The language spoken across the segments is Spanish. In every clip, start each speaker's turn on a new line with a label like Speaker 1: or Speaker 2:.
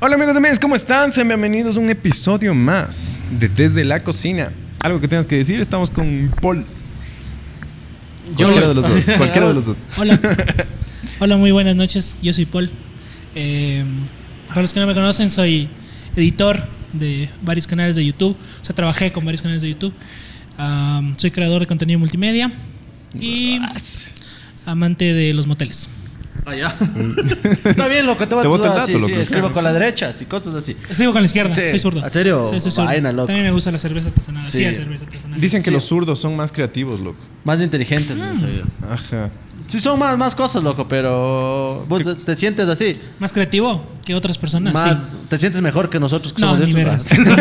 Speaker 1: Hola amigos y amigas, ¿cómo están? Sean bienvenidos a un episodio más de Desde la Cocina. Algo que tengas que decir, estamos con Paul.
Speaker 2: Yo-
Speaker 1: Cualquiera de los dos, cualquiera de los dos.
Speaker 2: Hola. Hola, muy buenas noches. Yo soy Paul. Eh, para los que no me conocen, soy editor de varios canales de YouTube. O sea, trabajé con varios canales de YouTube. Am, soy creador de contenido multimedia y amante de los moteles.
Speaker 3: Allá. Está bien, loco, te va
Speaker 1: Te
Speaker 3: a
Speaker 1: bota el
Speaker 3: sudar,
Speaker 1: dato,
Speaker 3: sí,
Speaker 1: loco,
Speaker 3: sí,
Speaker 1: claro,
Speaker 3: escribo
Speaker 1: sí.
Speaker 3: con la derecha, y cosas así.
Speaker 2: Escribo con la izquierda,
Speaker 1: Sí.
Speaker 2: soy zurdo.
Speaker 3: ¿En serio?
Speaker 2: Sí, soy zurdo.
Speaker 3: Vaina, loco.
Speaker 2: También me gusta la cerveza artesanal. Sí,
Speaker 3: Sí.
Speaker 2: la cerveza artesanal.
Speaker 1: Dicen que
Speaker 3: Sí.
Speaker 1: los zurdos son más creativos, loco.
Speaker 3: Más inteligentes, en serio.
Speaker 1: Mm. Ajá.
Speaker 3: Sí, son más, más cosas, loco, pero vos te, te sientes así.
Speaker 2: Más creativo que otras personas.
Speaker 3: Más,
Speaker 2: sí.
Speaker 3: te sientes mejor que nosotros que
Speaker 2: No,
Speaker 3: somos
Speaker 2: ni
Speaker 3: estos, ¿no?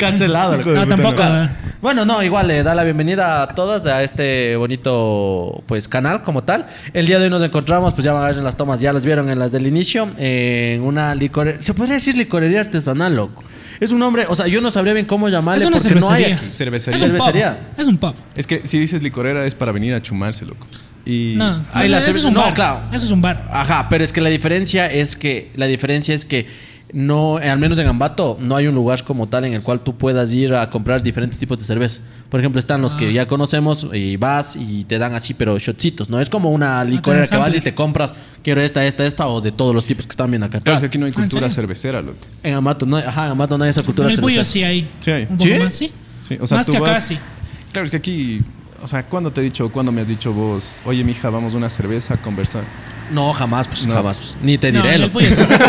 Speaker 3: Cancelado. loco.
Speaker 1: Hijo de puta,
Speaker 2: No, tampoco.
Speaker 3: Ah, Bueno, no, igual le da la bienvenida a todas a este bonito pues canal como tal. El día de hoy nos encontramos, pues ya van a ver en las tomas, ya las vieron en las del inicio, en una licorería, se podría decir licorería artesanal, loco. Es un nombre, o sea, yo no sabría bien cómo llamarle
Speaker 2: Es una
Speaker 3: porque no hay
Speaker 2: cervecería.
Speaker 3: aquí.
Speaker 1: Cervecería.
Speaker 2: Es un pub.
Speaker 3: Cervecería.
Speaker 2: Es un pub.
Speaker 1: Es que si dices licorera es para venir a chumarse, loco. Y
Speaker 2: No,
Speaker 3: Ahí
Speaker 2: no,
Speaker 3: la
Speaker 2: eso es
Speaker 3: cerveza-
Speaker 2: un
Speaker 3: no,
Speaker 2: bar.
Speaker 3: claro.
Speaker 2: Eso es un bar.
Speaker 3: Ajá, pero es que la diferencia es que la diferencia es que no, eh, al menos en Ambato, no hay un lugar como tal en el cual tú puedas ir a comprar diferentes tipos de cerveza. Por ejemplo, están los
Speaker 1: Ah.
Speaker 3: que ya conocemos y vas y te dan así, pero shotcitos, ¿no? Es como
Speaker 1: Ah,
Speaker 3: una licorera
Speaker 2: dan
Speaker 3: que vas y
Speaker 2: sampler.
Speaker 3: te compras, quiero esta, esta, esta, o de todos los tipos que están bien acá
Speaker 1: claro,
Speaker 3: atrás.
Speaker 1: es que aquí no hay
Speaker 2: Ah, ¿en
Speaker 1: cultura
Speaker 2: serio?
Speaker 1: cervecera, loco.
Speaker 3: En Ambato, no, hay- ajá, en Ambato no hay esa cultura
Speaker 2: En el Puyo
Speaker 3: cervecera.
Speaker 2: sí hay.
Speaker 1: Sí hay.
Speaker 2: Un poco
Speaker 3: ¿Sí?
Speaker 2: más, sí.
Speaker 1: Sí, o sea,
Speaker 2: más
Speaker 1: tú
Speaker 2: que acá,
Speaker 1: vas-
Speaker 2: sí.
Speaker 1: Claro, es que aquí, o sea, ¿cuándo te he dicho, cuándo me has dicho vos, oye, mija, vamos a una cerveza a conversar?
Speaker 3: No, jamás, pues,
Speaker 1: No.
Speaker 3: jamás. pues. Ni te
Speaker 2: No,
Speaker 3: diré,
Speaker 2: en el
Speaker 3: loco.
Speaker 2: Puyo sí.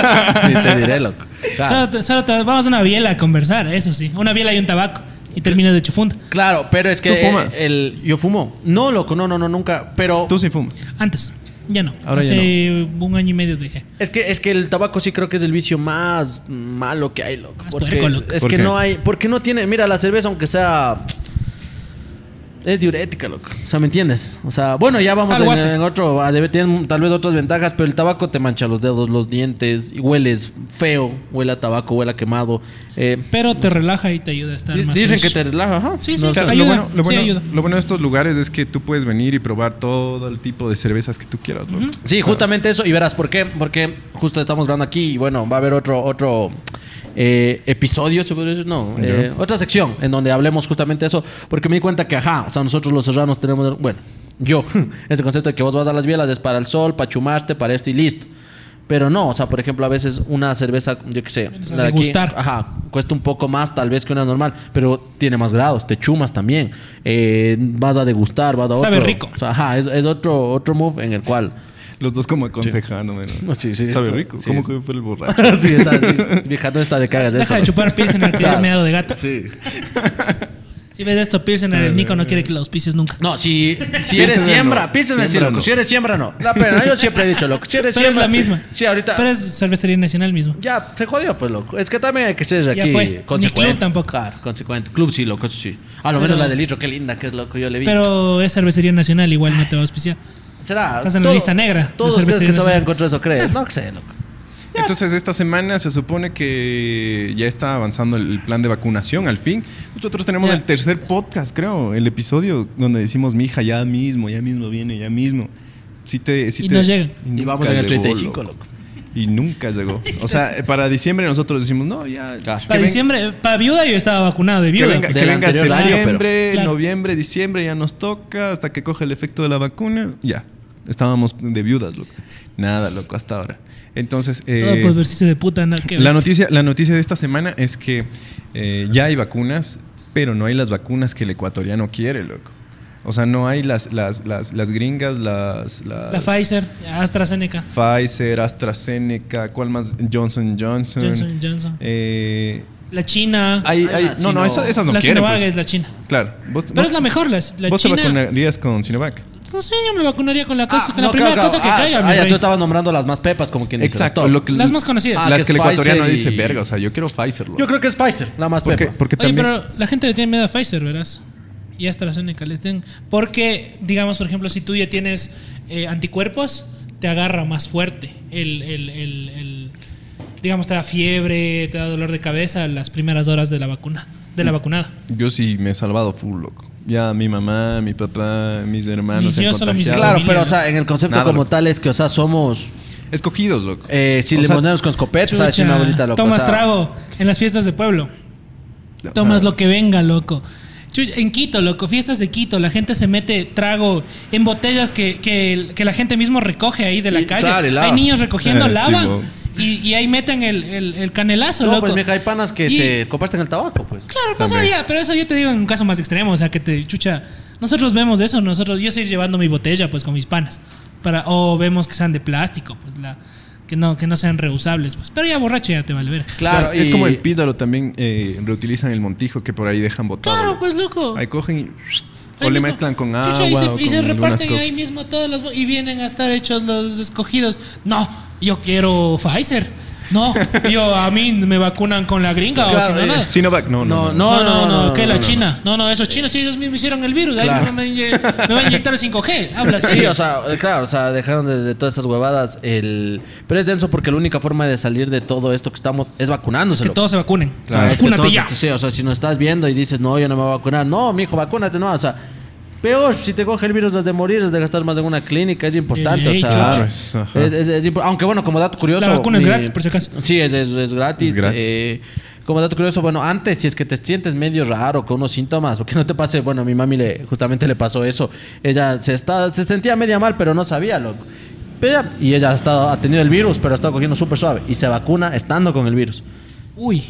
Speaker 3: Ni te diré, loco. Claro.
Speaker 2: Solo te- solo te- vamos a una biela a conversar, eso sí. Una biela y un tabaco. Y terminas de chufunda.
Speaker 3: Claro, pero es que
Speaker 1: ¿Tú fumas?
Speaker 3: El, yo fumo. No, loco, no, no, no, nunca. Pero
Speaker 1: Tú sí fumas.
Speaker 2: Antes. Ya no.
Speaker 1: Ahora ya
Speaker 2: Hace un año y medio dejé.
Speaker 3: Es que, es que el tabaco sí creo que es el vicio más malo que hay, loco.
Speaker 2: Más
Speaker 3: Porque
Speaker 2: puerco, loco.
Speaker 3: es
Speaker 1: ¿Por
Speaker 3: que
Speaker 1: qué?
Speaker 3: no hay. Porque no tiene. Mira, la cerveza, aunque sea. Es diurética, loco. O sea, ¿me entiendes? O sea, bueno, ya vamos
Speaker 2: Algo
Speaker 3: en,
Speaker 2: hace.
Speaker 3: en otro. ah, Debe tener tal vez otras ventajas, pero el tabaco te mancha los dedos, los dientes, y hueles feo, huele a tabaco, huele a quemado. Eh,
Speaker 2: Pero te
Speaker 1: Pues
Speaker 2: relaja y te ayuda a estar
Speaker 3: di-
Speaker 2: más
Speaker 3: dicen que
Speaker 2: fresh.
Speaker 3: te relaja, ajá.
Speaker 2: Sí, sí,
Speaker 1: No, claro,
Speaker 2: ayuda.
Speaker 1: lo, bueno, lo,
Speaker 2: sí,
Speaker 1: bueno,
Speaker 2: ayuda.
Speaker 1: lo bueno de estos lugares es que tú puedes venir y probar todo el tipo de cervezas que tú quieras. loco.
Speaker 3: Sí, justamente eso. Y verás, ¿por qué? Porque justo estamos grabando aquí y bueno, va a haber otro, otro eh, episodio, se podría decir, no, eh, otra sección en donde hablemos justamente eso. Porque me di cuenta que, ajá, o sea, nosotros los serranos tenemos, bueno, yo, ese concepto de que vos vas a las bielas es para el sol, para chumarte, para esto y listo. Pero no, o sea, por ejemplo, a veces una cerveza, yo qué sé,
Speaker 2: sea,
Speaker 3: la de aquí,
Speaker 2: degustar.
Speaker 3: ajá, cuesta un poco más tal vez que una normal, pero tiene más grados, te chumas también, eh, vas a degustar, vas a
Speaker 2: Sabe
Speaker 3: otro-
Speaker 2: rico.
Speaker 3: O sea, ajá, es, es otro, otro move en el cual...
Speaker 1: Los dos como aconsejándome. ¿no?
Speaker 3: No, sí, sí,
Speaker 1: Sabe
Speaker 3: esto-
Speaker 1: rico.
Speaker 3: sí.
Speaker 1: ¿Cómo que fue el borracho?
Speaker 3: sí, está, sí. Vieja, no está de cagas
Speaker 2: Deja
Speaker 3: eso.
Speaker 2: de chupar Pilsener que ya es
Speaker 3: Claro.
Speaker 2: meado de gato.
Speaker 3: Sí.
Speaker 2: Si ves esto, Pilsener, el Nico no quiere que lo auspices nunca.
Speaker 3: No, si,
Speaker 1: Piensa
Speaker 3: si eres
Speaker 1: en el
Speaker 3: siembra,
Speaker 1: no.
Speaker 3: piensa en el sí,
Speaker 1: Siembra
Speaker 3: loco.
Speaker 1: no.
Speaker 3: Si eres siembra, no. La pena, yo siempre he dicho, loco. Si eres
Speaker 2: Pero es
Speaker 3: siembra.
Speaker 2: la misma.
Speaker 3: Sí, ahorita.
Speaker 2: Pero es cervecería nacional mismo.
Speaker 3: Ya, se jodió, pues, loco. Es que también hay que ser
Speaker 2: Ya
Speaker 3: aquí
Speaker 2: fue. Ni
Speaker 3: consecuente.
Speaker 2: club tampoco.
Speaker 3: Claro, consecuente. Club sí, loco, eso sí. A lo
Speaker 2: Pero-
Speaker 3: menos la de litro, qué linda que es, loco. Yo le vi.
Speaker 2: Pero es cervecería nacional, igual no te va a auspiciar.
Speaker 3: Será.
Speaker 2: Estás en la lista negra de Ah.
Speaker 3: Todos crees que
Speaker 2: cervecerías.
Speaker 3: se vayan contra eso, ¿crees? No sé, loco.
Speaker 1: Entonces, esta semana se supone que ya está avanzando el plan de vacunación al fin. Nosotros tenemos
Speaker 2: Ya.
Speaker 1: el tercer podcast, creo, el episodio donde decimos, mija, ya mismo, ya mismo viene, ya mismo. Sí te, sí
Speaker 2: Y
Speaker 1: te-
Speaker 2: no llega.
Speaker 3: Y
Speaker 1: nunca
Speaker 3: vamos en el
Speaker 1: llegó,
Speaker 3: 35, loco.
Speaker 1: Y nunca llegó. O sea, para diciembre nosotros decimos, no, ya.
Speaker 3: Claro.
Speaker 1: que
Speaker 2: Para
Speaker 1: ven-
Speaker 2: diciembre, para viuda yo estaba vacunado de
Speaker 1: Que
Speaker 2: viuda.
Speaker 1: venga,
Speaker 3: Del
Speaker 1: que venga
Speaker 3: anterior año,
Speaker 1: septiembre,
Speaker 2: pero- Claro.
Speaker 1: noviembre, diciembre, ya nos toca, hasta que coge el efecto de la vacuna, ya. Estábamos de viudas, loco. Nada, loco, hasta ahora. Entonces,
Speaker 2: Todo
Speaker 1: eh,
Speaker 2: por verse de puta. ¿no? Qué
Speaker 1: la,
Speaker 2: bestia.
Speaker 1: noticia, la noticia de esta semana es que eh, ya hay vacunas, pero no hay las vacunas que el ecuatoriano quiere, loco. O sea, no hay las, las, las, las gringas, las, las...
Speaker 2: La Pfizer, AstraZeneca.
Speaker 1: Pfizer, AstraZeneca, ¿cuál más? Johnson Johnson.
Speaker 2: Johnson Johnson.
Speaker 1: Eh,
Speaker 2: La China.
Speaker 1: hay,
Speaker 3: Ah,
Speaker 1: hay-
Speaker 3: la
Speaker 1: no, no,
Speaker 3: Sino-
Speaker 1: esas, esas no
Speaker 2: la
Speaker 1: quieren.
Speaker 2: Sinovac
Speaker 1: pues.
Speaker 2: es la China.
Speaker 1: Claro. Vos,
Speaker 2: Pero
Speaker 1: vos-
Speaker 2: es la mejor, la, la
Speaker 1: ¿Vos
Speaker 2: China.
Speaker 1: te vacunarías con Sinovac?
Speaker 2: No sé, yo me vacunaría con la, cosa,
Speaker 3: Ah,
Speaker 2: con
Speaker 3: no,
Speaker 2: la primera
Speaker 3: claro,
Speaker 2: cosa que
Speaker 3: claro.
Speaker 2: caiga,
Speaker 3: Ah,
Speaker 2: mi
Speaker 3: ah, ya
Speaker 2: rey.
Speaker 3: tú estabas nombrando las más pepas, como quien dice. las top.
Speaker 1: lo que-
Speaker 2: Las más conocidas.
Speaker 3: Ah,
Speaker 1: Las
Speaker 3: que
Speaker 1: que el
Speaker 3: es
Speaker 1: ecuatoriano
Speaker 3: Pfizer y-
Speaker 1: dice verga. O sea, yo quiero Pfizer. loco.
Speaker 3: Yo creo que es Pfizer, la más
Speaker 1: porque,
Speaker 3: pepa.
Speaker 1: porque
Speaker 2: Oye,
Speaker 1: también.
Speaker 2: pero la gente le tiene miedo a Pfizer, verás. Y AstraZeneca les tienen. Porque, digamos, por ejemplo, si tú ya tienes eh, anticuerpos, te agarra más fuerte. El, el- el- el- digamos, te da fiebre, te da dolor de cabeza las primeras horas de la vacuna, de
Speaker 3: Mm.
Speaker 2: la vacunada.
Speaker 1: Yo sí me he salvado full, loco. Ya mi mamá, mi papá, mis hermanos
Speaker 2: Mis
Speaker 1: se han
Speaker 2: tíos, solo mis
Speaker 1: contagiado.
Speaker 3: Claro,
Speaker 2: familia,
Speaker 3: pero, o
Speaker 2: ¿no?
Speaker 3: sea, en el concepto
Speaker 1: Nada,
Speaker 3: como
Speaker 1: loco.
Speaker 3: tal es que, o sea, somos.
Speaker 1: Es Escogidos, loco.
Speaker 3: Eh, si
Speaker 1: O
Speaker 3: le
Speaker 1: sea,
Speaker 3: mandamos con escopeta,
Speaker 2: Chucha,
Speaker 3: chima bonita loco.
Speaker 2: tomas
Speaker 3: o sea,
Speaker 2: trago en las fiestas de pueblo.
Speaker 1: o sea,
Speaker 2: Tomas lo que venga, loco. Chuy, En Quito, loco, fiestas de Quito, la gente se mete trago en botellas que, que- que la gente mismo recoge ahí de la
Speaker 3: Y,
Speaker 2: calle.
Speaker 3: claro, y lava.
Speaker 2: Hay niños recogiendo
Speaker 1: Eh, Sí,
Speaker 2: lava
Speaker 1: bo.
Speaker 2: y, y ahí meten el, el- el canelazo,
Speaker 3: No,
Speaker 2: loco.
Speaker 3: pues mija, hay panas que
Speaker 2: Y-
Speaker 3: se comparten el tabaco, pues.
Speaker 2: Claro, pues
Speaker 1: También.
Speaker 2: ahí ya, pero eso yo te digo en un caso más extremo, o sea, que te chucha. Nosotros vemos eso, nosotros, yo estoy llevando mi botella, pues, con mis panas, para, o vemos que sean de plástico, pues, la, que no, que no sean reusables, pues, pero ya borracho ya te vale ver.
Speaker 3: Claro,
Speaker 1: Es
Speaker 3: y-
Speaker 1: como el pídalo también eh, reutilizan el montijo que por ahí dejan botado.
Speaker 2: Claro,
Speaker 1: loco.
Speaker 2: pues, loco.
Speaker 1: Ahí cogen y.
Speaker 2: Ahí
Speaker 1: o le
Speaker 2: mismo.
Speaker 1: mezclan con agua.
Speaker 2: Chucha, y se,
Speaker 1: o
Speaker 2: y se
Speaker 1: con algunas
Speaker 2: reparten ahí
Speaker 1: cosas.
Speaker 2: mismo todas las bo- y vienen a estar hechos los escogidos. No, yo quiero Pfizer. No, yo a mí me vacunan con la gringa o
Speaker 3: Claro,
Speaker 2: si no
Speaker 3: eh,
Speaker 2: nada.
Speaker 1: Sinovac, no, no. no,
Speaker 2: No, no, no, que la
Speaker 3: no.
Speaker 2: China. No, no, esos chinos, sí, ellos mismos hicieron el virus. Ahí
Speaker 3: Claro.
Speaker 2: mismo me, inye- me van a inyectar el 5G. Habla así.
Speaker 3: Sí, o sea, eh, claro, o sea, dejaron de, de todas esas huevadas el... Pero es denso porque la única forma de salir de todo esto que estamos es vacunándose.
Speaker 2: que
Speaker 3: loco.
Speaker 2: todos se vacunen.
Speaker 3: O sea, es que
Speaker 2: Vacúnate
Speaker 3: todos-
Speaker 2: ya.
Speaker 3: sí, o sea, si nos estás viendo y dices, no, yo no me voy a vacunar. No, mijo, vacúnate, no. O sea, peor, si te coge el virus, las de morir, es de gastar más en una clínica, es importante.
Speaker 2: De
Speaker 3: O
Speaker 2: ley,
Speaker 3: sea,
Speaker 2: chucho.
Speaker 1: Claro, es- ajá.
Speaker 3: es- es- es impor- Aunque bueno, como dato curioso.
Speaker 2: La vacuna es gratis, por si acaso.
Speaker 3: Sí, es, es- es gratis.
Speaker 1: Es gratis.
Speaker 3: eh, como dato curioso, bueno, antes, si es que te sientes medio raro con unos síntomas, porque no te pase, bueno, a mi mami le, justamente le pasó eso. Ella se, está, se sentía media mal, pero no sabía, loco. Pero ella- y ella ha, estado, ha tenido el virus, pero ha estado cogiendo súper suave. Y se vacuna estando con el virus.
Speaker 2: Uy.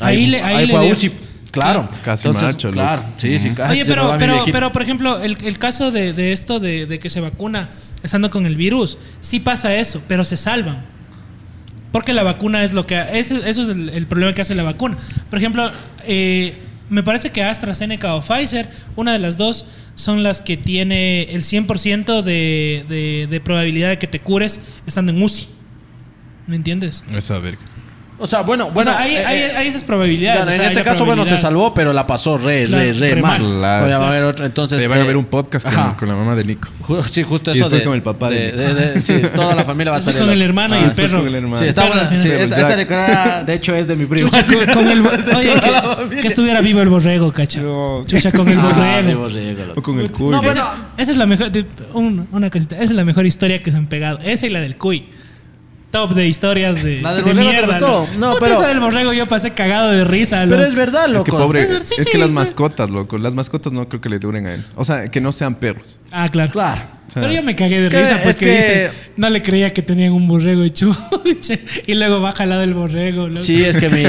Speaker 2: Ahí, le. Ahí, le
Speaker 3: fue a
Speaker 2: dio.
Speaker 3: UCI. Claro.
Speaker 1: Casi marcha, loco.
Speaker 3: Claro, sí, sí, casi.
Speaker 2: Oye,
Speaker 3: Ah, se me va
Speaker 2: pero,
Speaker 3: mi
Speaker 2: pero,
Speaker 3: viejito.
Speaker 2: pero por ejemplo, el, el caso de, de esto de, de que se vacuna estando con el virus, sí pasa eso, pero se salvan. Porque la vacuna es lo que... Eso, eso es el, el problema que hace la vacuna. Por ejemplo, eh, me parece que AstraZeneca o Pfizer, una de las dos, son las que tiene el 100% de, de, de probabilidad de que te cures estando en UCI. ¿Me entiendes?
Speaker 1: Esa verga.
Speaker 3: O sea, bueno,
Speaker 2: Bueno,
Speaker 3: bueno.
Speaker 2: hay,
Speaker 3: eh,
Speaker 2: hay-
Speaker 3: eh,
Speaker 2: hay esas probabilidades.
Speaker 3: claro,
Speaker 2: o sea,
Speaker 3: en
Speaker 2: hay
Speaker 3: este
Speaker 2: la
Speaker 3: caso, bueno, se
Speaker 2: probabilidad.
Speaker 3: salvó, pero la pasó re, re,
Speaker 2: Claro,
Speaker 3: re,
Speaker 2: re
Speaker 3: mal.
Speaker 2: mal.
Speaker 1: Claro.
Speaker 3: Bueno, va a haber otro, entonces.
Speaker 1: Se van a
Speaker 3: eh,
Speaker 1: ver un podcast con,
Speaker 3: ajá.
Speaker 1: con la mamá de Nico.
Speaker 3: Ju- Sí, justo
Speaker 1: Y
Speaker 3: eso.
Speaker 1: después
Speaker 3: de-
Speaker 1: con el papá
Speaker 3: De,
Speaker 1: de-
Speaker 3: de- de- sí, toda la familia va a
Speaker 2: Después
Speaker 3: salir.
Speaker 2: con el
Speaker 3: loco.
Speaker 2: hermano y
Speaker 1: Ah,
Speaker 2: el
Speaker 1: después
Speaker 2: perro.
Speaker 1: con el hermano.
Speaker 3: Sí, está
Speaker 2: Perro
Speaker 3: buena.
Speaker 2: al final.
Speaker 3: Sí,
Speaker 1: Perro,
Speaker 3: esta,
Speaker 1: Jack.
Speaker 3: esta decorada, de hecho, es de mi primo. Ah,
Speaker 2: Chucha, con, con el, oye,
Speaker 3: toda la
Speaker 2: que,
Speaker 3: familia.
Speaker 2: que estuviera vivo el borrego, cacha.
Speaker 1: No.
Speaker 2: Chucha con el
Speaker 3: Ah, mi
Speaker 2: borrego.
Speaker 3: borrego, loco.
Speaker 1: O con el culo.
Speaker 3: No, bueno,
Speaker 2: Esa, esa es la mejor. de- un- una cosita. Esa es la mejor historia que se han pegado. Esa y la del cuy. Top de historias de,
Speaker 3: La del
Speaker 2: de
Speaker 3: borrego te
Speaker 2: mierda.
Speaker 3: gustó.
Speaker 2: ¿no?
Speaker 3: No,
Speaker 2: Puta,
Speaker 3: pero-
Speaker 2: esa del borrego yo pasé cagado de risa.
Speaker 3: Pero
Speaker 2: loco.
Speaker 3: es verdad, loco.
Speaker 1: Es que pobre.
Speaker 2: Es ver- sí,
Speaker 1: es
Speaker 2: sí,
Speaker 1: que las
Speaker 2: güey.
Speaker 1: mascotas, loco. Las mascotas no creo que le duren a él. O sea, que no sean perros.
Speaker 2: Ah, claro.
Speaker 3: Claro.
Speaker 1: O sea,
Speaker 2: pero yo me cagué de
Speaker 3: es que-
Speaker 2: risa
Speaker 3: es
Speaker 2: porque
Speaker 3: que-
Speaker 2: dice, no le creía que tenían un borrego y chuche. Y luego va jalado el borrego. loco.
Speaker 3: Sí, es que mi.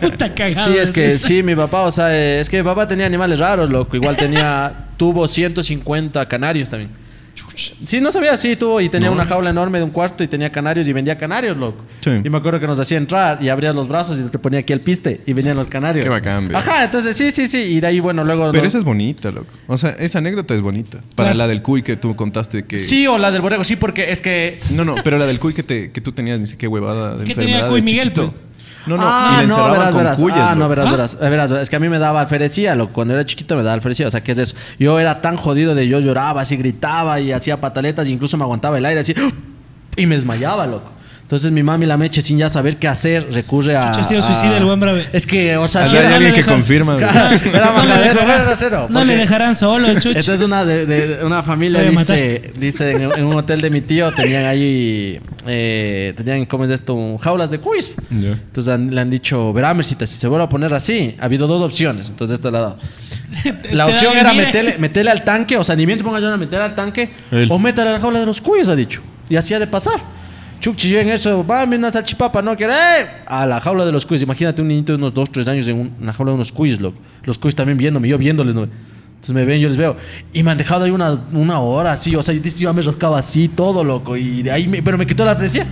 Speaker 2: Puta cagada.
Speaker 3: Sí, es
Speaker 2: de
Speaker 3: que
Speaker 2: risa.
Speaker 3: sí, mi papá, o sea, eh, es que mi papá tenía animales raros, loco. Igual tenía, tuvo 150 canarios también. Sí, no sabía, sí, tuvo y tenía una jaula enorme de un cuarto y tenía canarios y vendía canarios, loco.
Speaker 1: Sí.
Speaker 3: Y me acuerdo que nos hacía entrar y abrías los brazos y te ponía aquí el piste y venían los canarios.
Speaker 1: Qué bacán, ve.
Speaker 3: Ajá, entonces sí, sí, sí. Y de ahí, bueno, luego.
Speaker 1: Pero
Speaker 3: ¿no?
Speaker 1: esa es bonita, loco. O sea, esa anécdota es bonita. Para
Speaker 2: Claro.
Speaker 1: la del cuy que tú contaste que.
Speaker 3: Sí, o la del borrego, sí, porque es que.
Speaker 1: No, no, pero la del cuy que, te, que tú tenías, ni sé qué huevada de
Speaker 2: Que tenía
Speaker 1: enfermedad.
Speaker 2: cuy
Speaker 1: de
Speaker 2: Miguel,
Speaker 1: chiquito.
Speaker 2: pues.
Speaker 1: No, no,
Speaker 3: ah,
Speaker 1: y la
Speaker 3: no,
Speaker 1: encerraban
Speaker 3: verás,
Speaker 1: con
Speaker 3: verás.
Speaker 1: cuyas.
Speaker 3: ah, no,
Speaker 1: loco.
Speaker 3: verás,
Speaker 2: ¿Ah?
Speaker 3: verás, eh, verás, verás. Es que a mí me daba alferecía, loco. Cuando era chiquito me daba alferecía. O sea, ¿qué es eso? Yo era tan jodido de yo lloraba, así gritaba y hacía pataletas e incluso me aguantaba el aire así y me desmayaba, loco. Entonces mi mami la meche sin ya saber qué hacer recurre a.
Speaker 2: Chucha, ha sido
Speaker 3: a-
Speaker 2: suicida el buen brave.
Speaker 3: Es que, o sea,
Speaker 1: Ah,
Speaker 3: sí
Speaker 1: hay
Speaker 3: era-
Speaker 1: alguien
Speaker 2: le
Speaker 1: que
Speaker 2: dejan.
Speaker 1: confirma. güey.
Speaker 3: era
Speaker 2: No, le
Speaker 3: majadero,
Speaker 2: dejarán-
Speaker 3: era cero,
Speaker 2: no le
Speaker 3: porque-
Speaker 2: dejaron solo, chucha.
Speaker 3: Esta es una de, de- una familia,
Speaker 2: Se va a
Speaker 3: dice, dice en, en un hotel de mi tío tenían ahí, eh, tenían, ¿cómo es esto? Jaulas de quiz.
Speaker 1: Ya.
Speaker 3: Entonces han- le han dicho, verá, Mercita, si se vuelve a poner así, ha habido dos opciones. Entonces esta la da. La
Speaker 2: Te
Speaker 3: opción
Speaker 2: dan
Speaker 3: era
Speaker 2: el mire.
Speaker 3: meterle, meterle al tanque, o sea, ni bien se ponga yo a meter al tanque,
Speaker 1: Él.
Speaker 3: o métale a la jaula de los cuyes, ha dicho. Y hacía de pasar. Chuchi, yo en eso, mami, una salchipapa, no quiere. eh, A la jaula de los cuyes. Imagínate un niñito de unos 2, 3 años en un- una jaula de unos cuyes, loco. Los cuyes también viéndome, yo viéndoles, ¿no? Entonces me ven, yo les veo. Y me han dejado ahí una, una hora así, o sea, yo, yo ya me rascaba así, todo, loco. Y de ahí, me- pero me quitó la presión.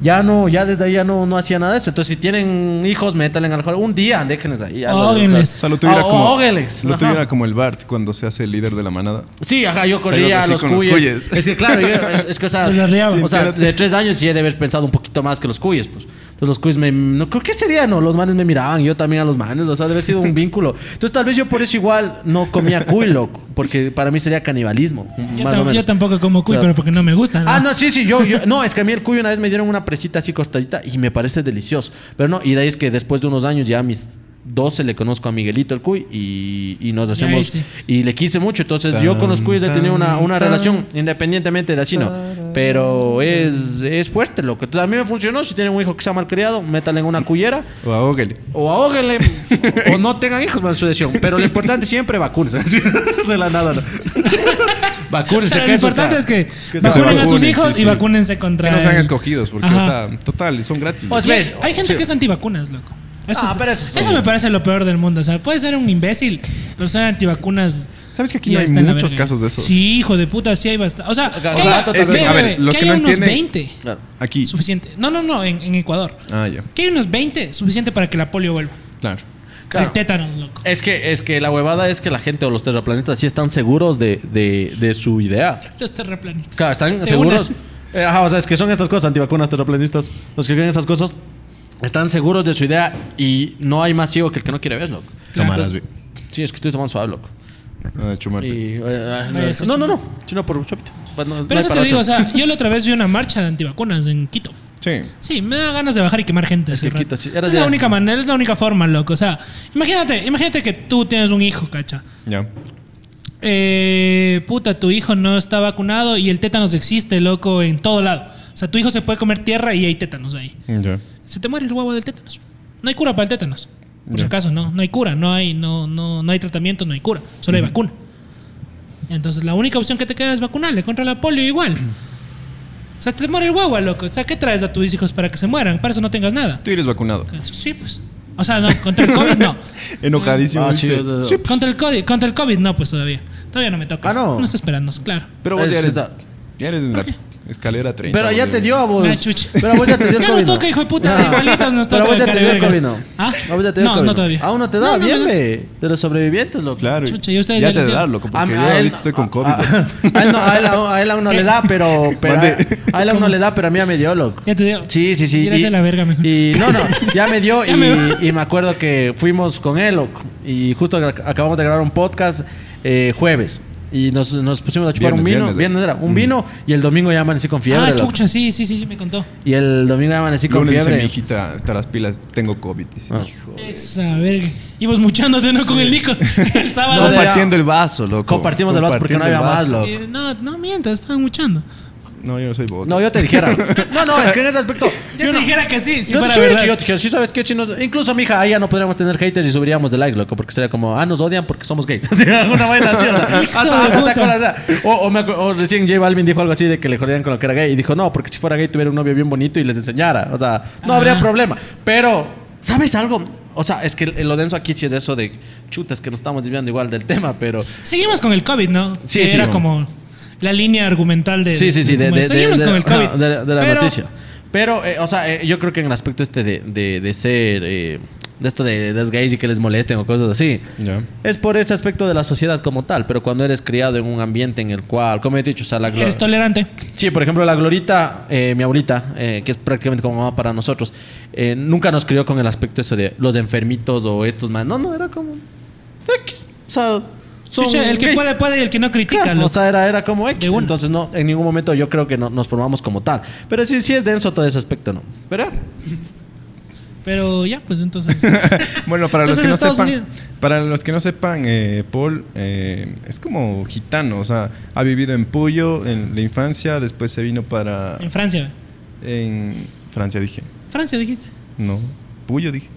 Speaker 3: Ya no, ya desde ahí ya no, no hacía nada de eso. Entonces, si tienen hijos, métanle en la jaula. Un día, déjenles ahí. ya lo-
Speaker 2: Ahóguenles.
Speaker 1: O sea, lo tuviera
Speaker 3: Ah,
Speaker 1: como.
Speaker 3: ahóguenles,
Speaker 1: Lo
Speaker 3: ajá.
Speaker 1: tuviera como el Bart cuando se hace el líder de la manada.
Speaker 3: Sí, ajá,
Speaker 1: O
Speaker 3: yo
Speaker 1: sea, ibas
Speaker 3: corría a
Speaker 1: así
Speaker 3: los
Speaker 1: con los
Speaker 3: cuyes.
Speaker 1: cuyes.
Speaker 3: Es que claro, yo- es, es que o sea,
Speaker 2: Los arreaba.
Speaker 3: o sea,
Speaker 1: Sí,
Speaker 3: de tres años sí he de haber pensado un poquito más que los cuyes, pues. Entonces los cuyes me... No, creo que sería, no, los manes me miraban, yo también a los manes, o sea, debe haber sido un vínculo. Entonces tal vez yo por eso igual no comía cuy, loco, porque para mí sería canibalismo,
Speaker 2: Yo,
Speaker 3: más
Speaker 2: tam-
Speaker 3: o menos.
Speaker 2: yo tampoco como cuy,
Speaker 3: O sea,
Speaker 2: pero porque no me gusta. ¿no?
Speaker 3: Ah, no, sí, sí, yo, yo- No, es que a mí el cuyo una vez me dieron una presita así cortadita y me parece delicioso. Pero no, y de ahí es que después de unos años ya a mis 12 le conozco a Miguelito el cuy y, y nos
Speaker 2: Ya ahí
Speaker 3: hacemos.
Speaker 2: sí.
Speaker 3: Y le quise mucho. Entonces yo con los cuyos he tenido una, una relación independientemente de así, ¿no? Pero es, es fuerte, loco. Entonces, a mí me funcionó. Si tienen un hijo que sea malcriado, métale en una cullera.
Speaker 1: O ahógale.
Speaker 3: O ahóguenle. o no tengan hijos, man, su decisión. Pero lo importante siempre vacúnense. De la nada, no. Vacúnense.
Speaker 2: Pero
Speaker 3: que
Speaker 2: lo
Speaker 3: eso
Speaker 2: importante
Speaker 3: está.
Speaker 2: es que,
Speaker 1: Que se
Speaker 2: vacunen a sus
Speaker 1: vacunen, sí,
Speaker 2: hijos y
Speaker 1: sí.
Speaker 2: vacúnense contra.
Speaker 1: Que no sean
Speaker 2: el-
Speaker 1: escogidos, porque,
Speaker 2: Ajá.
Speaker 1: o sea, total, son gratis.
Speaker 3: Pues,
Speaker 2: Y
Speaker 3: ve,
Speaker 2: hay, hay gente
Speaker 3: sí.
Speaker 2: que es antivacunas, loco. Eso,
Speaker 3: Ah,
Speaker 2: es-
Speaker 3: pero eso sí.
Speaker 2: me parece lo peor del mundo. O sea, puede ser un imbécil, pero ser antivacunas.
Speaker 1: ¿Sabes que aquí
Speaker 2: ya
Speaker 1: no hay
Speaker 2: está en la
Speaker 1: muchos
Speaker 2: verga.
Speaker 1: casos de esos?
Speaker 2: Sí, hijo de puta, sí hay bastante. O sea, que
Speaker 3: sea,
Speaker 2: haya-
Speaker 1: es que,
Speaker 2: ve,
Speaker 1: a
Speaker 2: ve,
Speaker 1: ver,
Speaker 2: ve,
Speaker 1: los que
Speaker 2: haya
Speaker 1: no
Speaker 2: unos
Speaker 1: entienden-
Speaker 2: 20.
Speaker 3: Claro.
Speaker 1: Aquí.
Speaker 2: Suficiente. No, no, no, en, en Ecuador.
Speaker 1: Ah, ya.
Speaker 2: Que hay unos 20 suficiente para que la polio vuelva.
Speaker 1: Claro.
Speaker 3: Claro.
Speaker 2: El tétanos, loco.
Speaker 3: Es que, es que la huevada es que la gente o los terraplanistas sí están seguros de, de, de su idea.
Speaker 2: Los terraplanistas.
Speaker 3: Claro, están
Speaker 2: De
Speaker 3: seguros.
Speaker 2: una.
Speaker 3: Eh, ajá, o sea, es que son estas cosas, antivacunas, terraplanistas, los que creen esas cosas, están seguros de su idea y no hay más ciego que el que no quiere ver, loco.
Speaker 1: Tomarás, güey.
Speaker 3: pues. Sí, es que estoy tomando suave, loco.
Speaker 1: Ah, chumarte.
Speaker 3: Y, eh, eh,
Speaker 2: No, ya se
Speaker 3: no, no,
Speaker 2: chupó.
Speaker 3: no, sino por chupito. Pues no- no
Speaker 2: Pero
Speaker 3: hay
Speaker 2: eso te
Speaker 3: para
Speaker 2: digo,
Speaker 3: ocho.
Speaker 2: o sea, yo la otra vez vi una marcha de antivacunas en Quito.
Speaker 1: Sí.
Speaker 2: Sí, me da ganas de bajar y quemar gente. ese
Speaker 3: que
Speaker 2: rato.
Speaker 3: Quito, sí, eras
Speaker 2: es la
Speaker 3: ya-
Speaker 2: única manera, es la única forma, loco. O sea, imagínate, imagínate que tú tienes un hijo, cacha.
Speaker 1: Ya.
Speaker 2: Eh, puta, tu hijo no está vacunado y el tétanos existe, loco, en todo lado. O sea, tu hijo se puede comer tierra y hay tétanos ahí.
Speaker 1: Ya.
Speaker 2: Se te muere el huevo del tétanos. No hay cura para el tétanos. Por si
Speaker 1: Ya.
Speaker 2: acaso, no, no hay cura, no hay, no, no, no hay tratamiento, no hay cura, solo hay vacuna. Entonces la única opción que te queda es vacunarle contra la polio igual. O sea, te muere el guagua, loco. O sea, ¿qué traes a tus hijos para que se mueran? Para eso no tengas nada.
Speaker 1: Tú eres vacunado.
Speaker 2: Sí, pues. O sea, no, contra el COVID no.
Speaker 1: Enojadísimo.
Speaker 3: Ah, sí,
Speaker 1: ¿viste?
Speaker 3: yo- yo-
Speaker 1: Sí.
Speaker 2: Contra el COVID, contra el COVID no, pues todavía. Todavía no me toca.
Speaker 3: Ah, no.
Speaker 2: No está esperando, claro.
Speaker 1: Pero vos
Speaker 3: Es-
Speaker 1: ya eres,
Speaker 3: está-
Speaker 1: ya eres en la escalera 30.
Speaker 3: Pero ya
Speaker 1: vos,
Speaker 3: te dio
Speaker 1: güey.
Speaker 3: a vos.
Speaker 2: Me da chucha.
Speaker 3: Pero a vos ya te dio el
Speaker 2: Ya nos
Speaker 3: COVID, ¿no?
Speaker 2: toca, hijo de puta, igualitos nos
Speaker 3: Pero a vos
Speaker 2: toca
Speaker 3: ya
Speaker 2: el
Speaker 3: te dio el
Speaker 2: carivergas.
Speaker 3: COVID, ¿no?
Speaker 2: ¿Ah?
Speaker 3: A vos ya te dio el
Speaker 2: No,
Speaker 3: COVID.
Speaker 2: no todavía.
Speaker 3: Aún no te da,
Speaker 2: No, no,
Speaker 3: bien,
Speaker 2: no.
Speaker 3: ve. De los sobrevivientes, loco.
Speaker 1: Claro.
Speaker 2: Chucha, y ustedes
Speaker 1: ya
Speaker 2: ya
Speaker 1: te
Speaker 2: les
Speaker 1: da,
Speaker 2: dio.
Speaker 1: loco,
Speaker 3: A
Speaker 1: porque
Speaker 3: mí-
Speaker 1: yo
Speaker 3: a Ah, él- ah,
Speaker 1: ahorita estoy con COVID.
Speaker 3: A, a él no, a él aún- a él aún no
Speaker 2: ¿Qué?
Speaker 3: le da, pero, pero a,
Speaker 1: Mande.
Speaker 3: a él aún no le da, pero a mí ya me dio, loco.
Speaker 2: Ya te dio.
Speaker 3: Sí, sí, sí.
Speaker 2: Irás a la verga mejor.
Speaker 3: Y no, no, ya me dio
Speaker 2: Ya
Speaker 3: y,
Speaker 2: me voy.
Speaker 3: y me acuerdo que fuimos con él, loco. Y justo ac- acabamos de grabar un podcast eh, jueves. Y nos, nos pusimos a chupar
Speaker 1: Viernes,
Speaker 3: un vino.
Speaker 1: viernes,
Speaker 3: Viernes,
Speaker 1: eh.
Speaker 3: era. Un vino y el domingo ya amanecí con fiebre.
Speaker 2: ah,
Speaker 3: loco.
Speaker 2: chucha, sí, sí, sí, sí, me contó.
Speaker 3: Y el domingo ya amanecí con
Speaker 1: Lunes dice mi
Speaker 3: fiebre. Ah.
Speaker 1: hijita, estarás pilas, tengo COVID. Dice, hijo.
Speaker 2: Esa verga. Ibas muchándote, ¿no? Con el Nico. El sábado.
Speaker 3: No, de-
Speaker 1: Compartiendo el vaso, loco.
Speaker 3: Compartimos el vaso porque no había
Speaker 1: Compartiendo el
Speaker 3: más, loco.
Speaker 2: Eh, no, no mientas, estaban muchando.
Speaker 1: vaso. No, yo no soy vos.
Speaker 3: No, yo te dijera. No, no, es que en ese aspecto.
Speaker 2: Yo te dijera que sí, si
Speaker 3: yo,
Speaker 2: fuera
Speaker 3: sí,
Speaker 2: verdad.
Speaker 3: sí, yo te dijera, sí, ¿sabes qué? Si nos- incluso, mija, ahí ya no podríamos tener haters y subiríamos de like, loco, porque sería como, ah, nos odian porque somos gays. Así, alguna vaina así, o sea, hasta- hasta
Speaker 2: puta.
Speaker 3: con la- o, o me acu- o recién J Balvin dijo algo así de que le jodían con lo que era gay. Y dijo, no, porque si fuera gay tuviera un novio bien bonito y les enseñara. O sea, no
Speaker 2: Ah.
Speaker 3: habría problema. Pero, ¿sabes algo? O sea, es que lo denso aquí sí es eso de chutas que nos estamos desviando igual del tema, pero.
Speaker 2: Seguimos con el COVID, ¿no?
Speaker 3: Sí,
Speaker 2: Que
Speaker 3: sí.
Speaker 2: Era como la línea argumental de.
Speaker 3: Sí, sí, sí, de,
Speaker 2: como,
Speaker 3: de- de-
Speaker 2: Seguimos
Speaker 3: de-
Speaker 2: con el COVID.
Speaker 3: ajá, de- de la
Speaker 2: Pero-
Speaker 3: noticia. Pero, eh, o sea, eh, yo creo que en el aspecto este de, de- de ser, eh, de esto de, de los gays y que les molesten o cosas así,
Speaker 1: Ya.
Speaker 3: es por ese aspecto de la sociedad como tal. Pero cuando eres criado en un ambiente en el cual, como he dicho, o sea, la glo-
Speaker 2: Eres tolerante.
Speaker 3: Sí, por ejemplo, la Glorita, eh, mi abuelita, eh, que es prácticamente como mamá para nosotros, eh, nunca nos crió con el aspecto eso de los enfermitos o estos más. No, no, era como. X. O sea, son
Speaker 2: Chucha, el que
Speaker 3: gays.
Speaker 2: puede, puede y el que no critica,
Speaker 3: Claro,
Speaker 2: loco.
Speaker 3: o sea, era, era como X.
Speaker 2: De una.
Speaker 3: Entonces, no, en ningún momento yo creo que no, nos formamos como tal. Pero sí, sí es denso todo ese aspecto, ¿no? Pero
Speaker 2: Pero ya, pues entonces.
Speaker 1: Bueno, para
Speaker 2: Entonces,
Speaker 1: los que no
Speaker 2: Estados
Speaker 1: sepan,
Speaker 2: Unidos.
Speaker 1: para los que no sepan, eh, Paul eh, es como gitano, o sea, ha vivido en Puyo en la infancia, después se vino para
Speaker 2: en Francia.
Speaker 1: en Francia dije,
Speaker 2: Francia, dijiste.
Speaker 1: no, Puyo dije.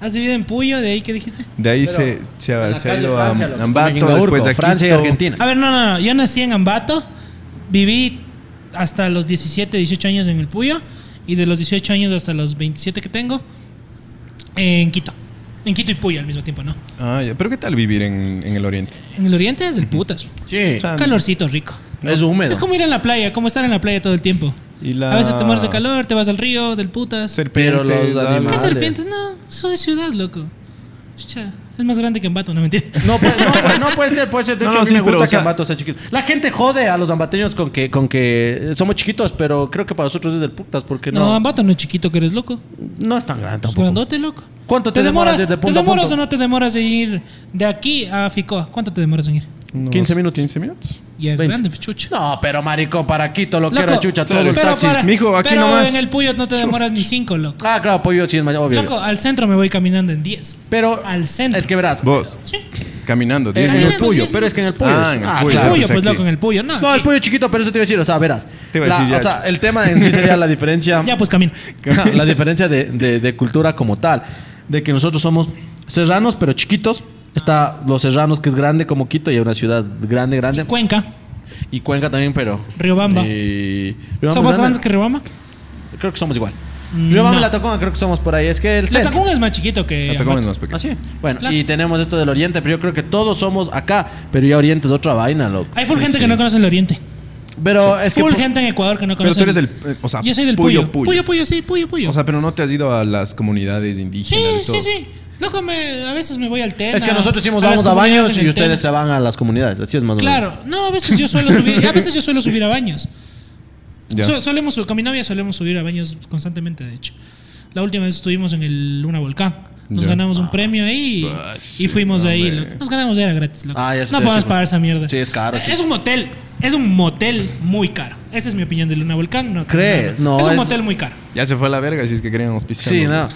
Speaker 2: ¿Has vivido en Puyo? ¿De ahí qué dijiste?
Speaker 1: De ahí se, se,
Speaker 3: en la
Speaker 1: se ha
Speaker 3: calle
Speaker 1: ido a
Speaker 3: Francia, loco, en
Speaker 1: Ambato,
Speaker 3: Gaurco,
Speaker 1: después a
Speaker 3: Francia y
Speaker 1: Quito.
Speaker 3: Argentina.
Speaker 2: A ver, no, no, no. Yo nací en Ambato. Viví hasta los 17, 18 años en el Puyo. Y de los 18 años hasta los 27 que tengo, en Quito. En Quito y Puyo al mismo tiempo, ¿no?
Speaker 1: Ah, ya. Pero ¿qué tal vivir en, en el oriente?
Speaker 2: En el oriente es el putas.
Speaker 3: Sí,
Speaker 1: O sea,
Speaker 2: Calorcito rico.
Speaker 3: es húmedo.
Speaker 2: Es como ir a la playa, como estar en la playa todo el tiempo.
Speaker 1: Y la-
Speaker 2: A veces te mueres de calor, te vas al río, del putas.
Speaker 1: serpientes,
Speaker 3: Pero los
Speaker 1: algas.
Speaker 2: ¿Qué
Speaker 3: animales.
Speaker 2: serpientes? No, soy de ciudad, loco. Chucha, es más grande que Ambato, no mentira.
Speaker 3: No, puede, no, puede- no puede ser, puede ser. De
Speaker 1: No,
Speaker 3: hecho,
Speaker 1: no,
Speaker 3: a mí
Speaker 1: sí,
Speaker 3: me
Speaker 1: pero,
Speaker 3: gusta
Speaker 1: o
Speaker 3: que
Speaker 1: sea-
Speaker 3: Ambato sea chiquito. La gente jode a los ambateños con que, con que somos chiquitos, pero creo que para nosotros es del putas, porque
Speaker 2: No,
Speaker 3: no. No,
Speaker 2: Ambato no es chiquito que eres loco.
Speaker 3: es tan grande
Speaker 2: Es
Speaker 3: tampoco.
Speaker 2: grandote, loco.
Speaker 3: ¿Cuánto te demoras de-
Speaker 2: ¿Te
Speaker 3: de punto a
Speaker 2: demoras
Speaker 3: punto?
Speaker 2: o no te demoras en ir de aquí a Ficoa? ¿Cuánto te demoras en ir?
Speaker 1: Unos
Speaker 3: 15 minutos.
Speaker 1: 15 minutos.
Speaker 2: Ya es
Speaker 3: 20.
Speaker 2: grande, pues, chucha.
Speaker 3: No, pero marico, para Quito, lo que era
Speaker 2: Loco,
Speaker 3: chucha, todo
Speaker 1: claro,
Speaker 3: el
Speaker 2: pero
Speaker 3: taxi.
Speaker 2: para-
Speaker 1: Mijo, aquí
Speaker 2: pero
Speaker 1: nomás.
Speaker 2: en el Puyo no te demoras ni cinco, loco.
Speaker 3: Ah, claro, pollo sí es más obvio.
Speaker 2: Loco, al centro me voy caminando en 10.
Speaker 3: Pero
Speaker 2: Al centro.
Speaker 3: es que verás,
Speaker 1: Vos.
Speaker 2: Sí.
Speaker 1: Caminando,
Speaker 3: En
Speaker 1: 10
Speaker 3: el
Speaker 1: minutos.
Speaker 2: Caminando
Speaker 3: Puyo,
Speaker 2: diez
Speaker 3: pero es que en el
Speaker 2: minutos.
Speaker 3: Puyo.
Speaker 1: Ah, en el Puyo.
Speaker 2: El
Speaker 1: Claro,
Speaker 2: pollo,
Speaker 1: o sea
Speaker 2: pues
Speaker 1: que-
Speaker 2: loco, en el pollo. No,
Speaker 3: No, el
Speaker 2: que-
Speaker 3: pollo chiquito, pero eso te iba a decir, o sea, verás.
Speaker 1: Te iba a
Speaker 3: la-
Speaker 1: decir ya,
Speaker 3: o sea,
Speaker 1: chucha.
Speaker 3: el tema en sí sería la diferencia.
Speaker 2: Ya, pues camino.
Speaker 3: la diferencia de, de- de cultura como tal. De que nosotros somos serranos, pero chiquitos. Está los serranos, que es grande como Quito, y es una ciudad grande, grande.
Speaker 2: Cuenca.
Speaker 3: Y Cuenca también, pero.
Speaker 2: Riobamba.
Speaker 3: Y- Riobamba
Speaker 2: ¿Somos
Speaker 3: es grande.
Speaker 2: grandes que Riobamba?
Speaker 3: Creo que somos igual.
Speaker 2: Mm,
Speaker 3: Riobamba
Speaker 2: no.
Speaker 3: y la Tacoma, creo que somos por ahí. Es que el.
Speaker 2: La
Speaker 3: centro-
Speaker 2: Tacunga es más chiquito que.
Speaker 1: Atacama es
Speaker 2: Ambato.
Speaker 1: más pequeño.
Speaker 3: Ah, sí. Bueno,
Speaker 2: Claro.
Speaker 3: y tenemos esto del Oriente, pero yo creo que todos somos acá. Pero ya Oriente es otra vaina, loco.
Speaker 2: Hay full
Speaker 3: Sí,
Speaker 2: gente
Speaker 3: sí.
Speaker 2: que no conoce el Oriente.
Speaker 3: Pero es que.
Speaker 2: full
Speaker 3: por-
Speaker 2: gente en Ecuador que no
Speaker 1: Pero
Speaker 2: conoce.
Speaker 1: tú eres del. eh, O sea,
Speaker 2: Yo soy del
Speaker 1: Puyo,
Speaker 2: Puyo. Puyo, Puyo, sí, Puyo, Puyo.
Speaker 1: O sea, pero no te has ido a las comunidades
Speaker 2: sí,
Speaker 1: indígenas. y
Speaker 2: sí,
Speaker 1: todo.
Speaker 2: sí. Loco, me, a veces me voy al Tena.
Speaker 3: Es que nosotros hicimos
Speaker 2: las
Speaker 3: vamos a baños
Speaker 2: comunidades en
Speaker 3: y
Speaker 2: el
Speaker 3: ustedes se
Speaker 2: Tena.
Speaker 3: van a las comunidades. Así es más o menos.
Speaker 2: Claro. No, a veces yo suelo subir. A veces yo suelo subir a baños.
Speaker 1: Ya.
Speaker 2: Su- solemos, con mi novia solemos subir a baños constantemente, de hecho. La última vez estuvimos en el Luna Volcán. Nos
Speaker 1: Ya.
Speaker 2: ganamos un premio ahí y-
Speaker 1: Ah,
Speaker 2: y,
Speaker 1: sí,
Speaker 2: fuimos
Speaker 1: no,
Speaker 2: ahí.
Speaker 1: hombre.
Speaker 2: loco. Nos ganamos, era gratis. loco.
Speaker 3: Ah, ya se
Speaker 2: no
Speaker 3: te
Speaker 2: podemos
Speaker 3: decía.
Speaker 2: pagar esa mierda.
Speaker 3: Sí, es caro,
Speaker 2: Eh,
Speaker 3: sí.
Speaker 2: Es un motel. Es un motel muy caro. Esa es mi opinión del Luna Volcán. No,
Speaker 3: ¿Crees?
Speaker 2: No,
Speaker 3: No,
Speaker 2: es un
Speaker 3: es-
Speaker 2: motel muy caro.
Speaker 1: Ya se fue a la verga si es que querían auspiciar.
Speaker 3: Sí, no.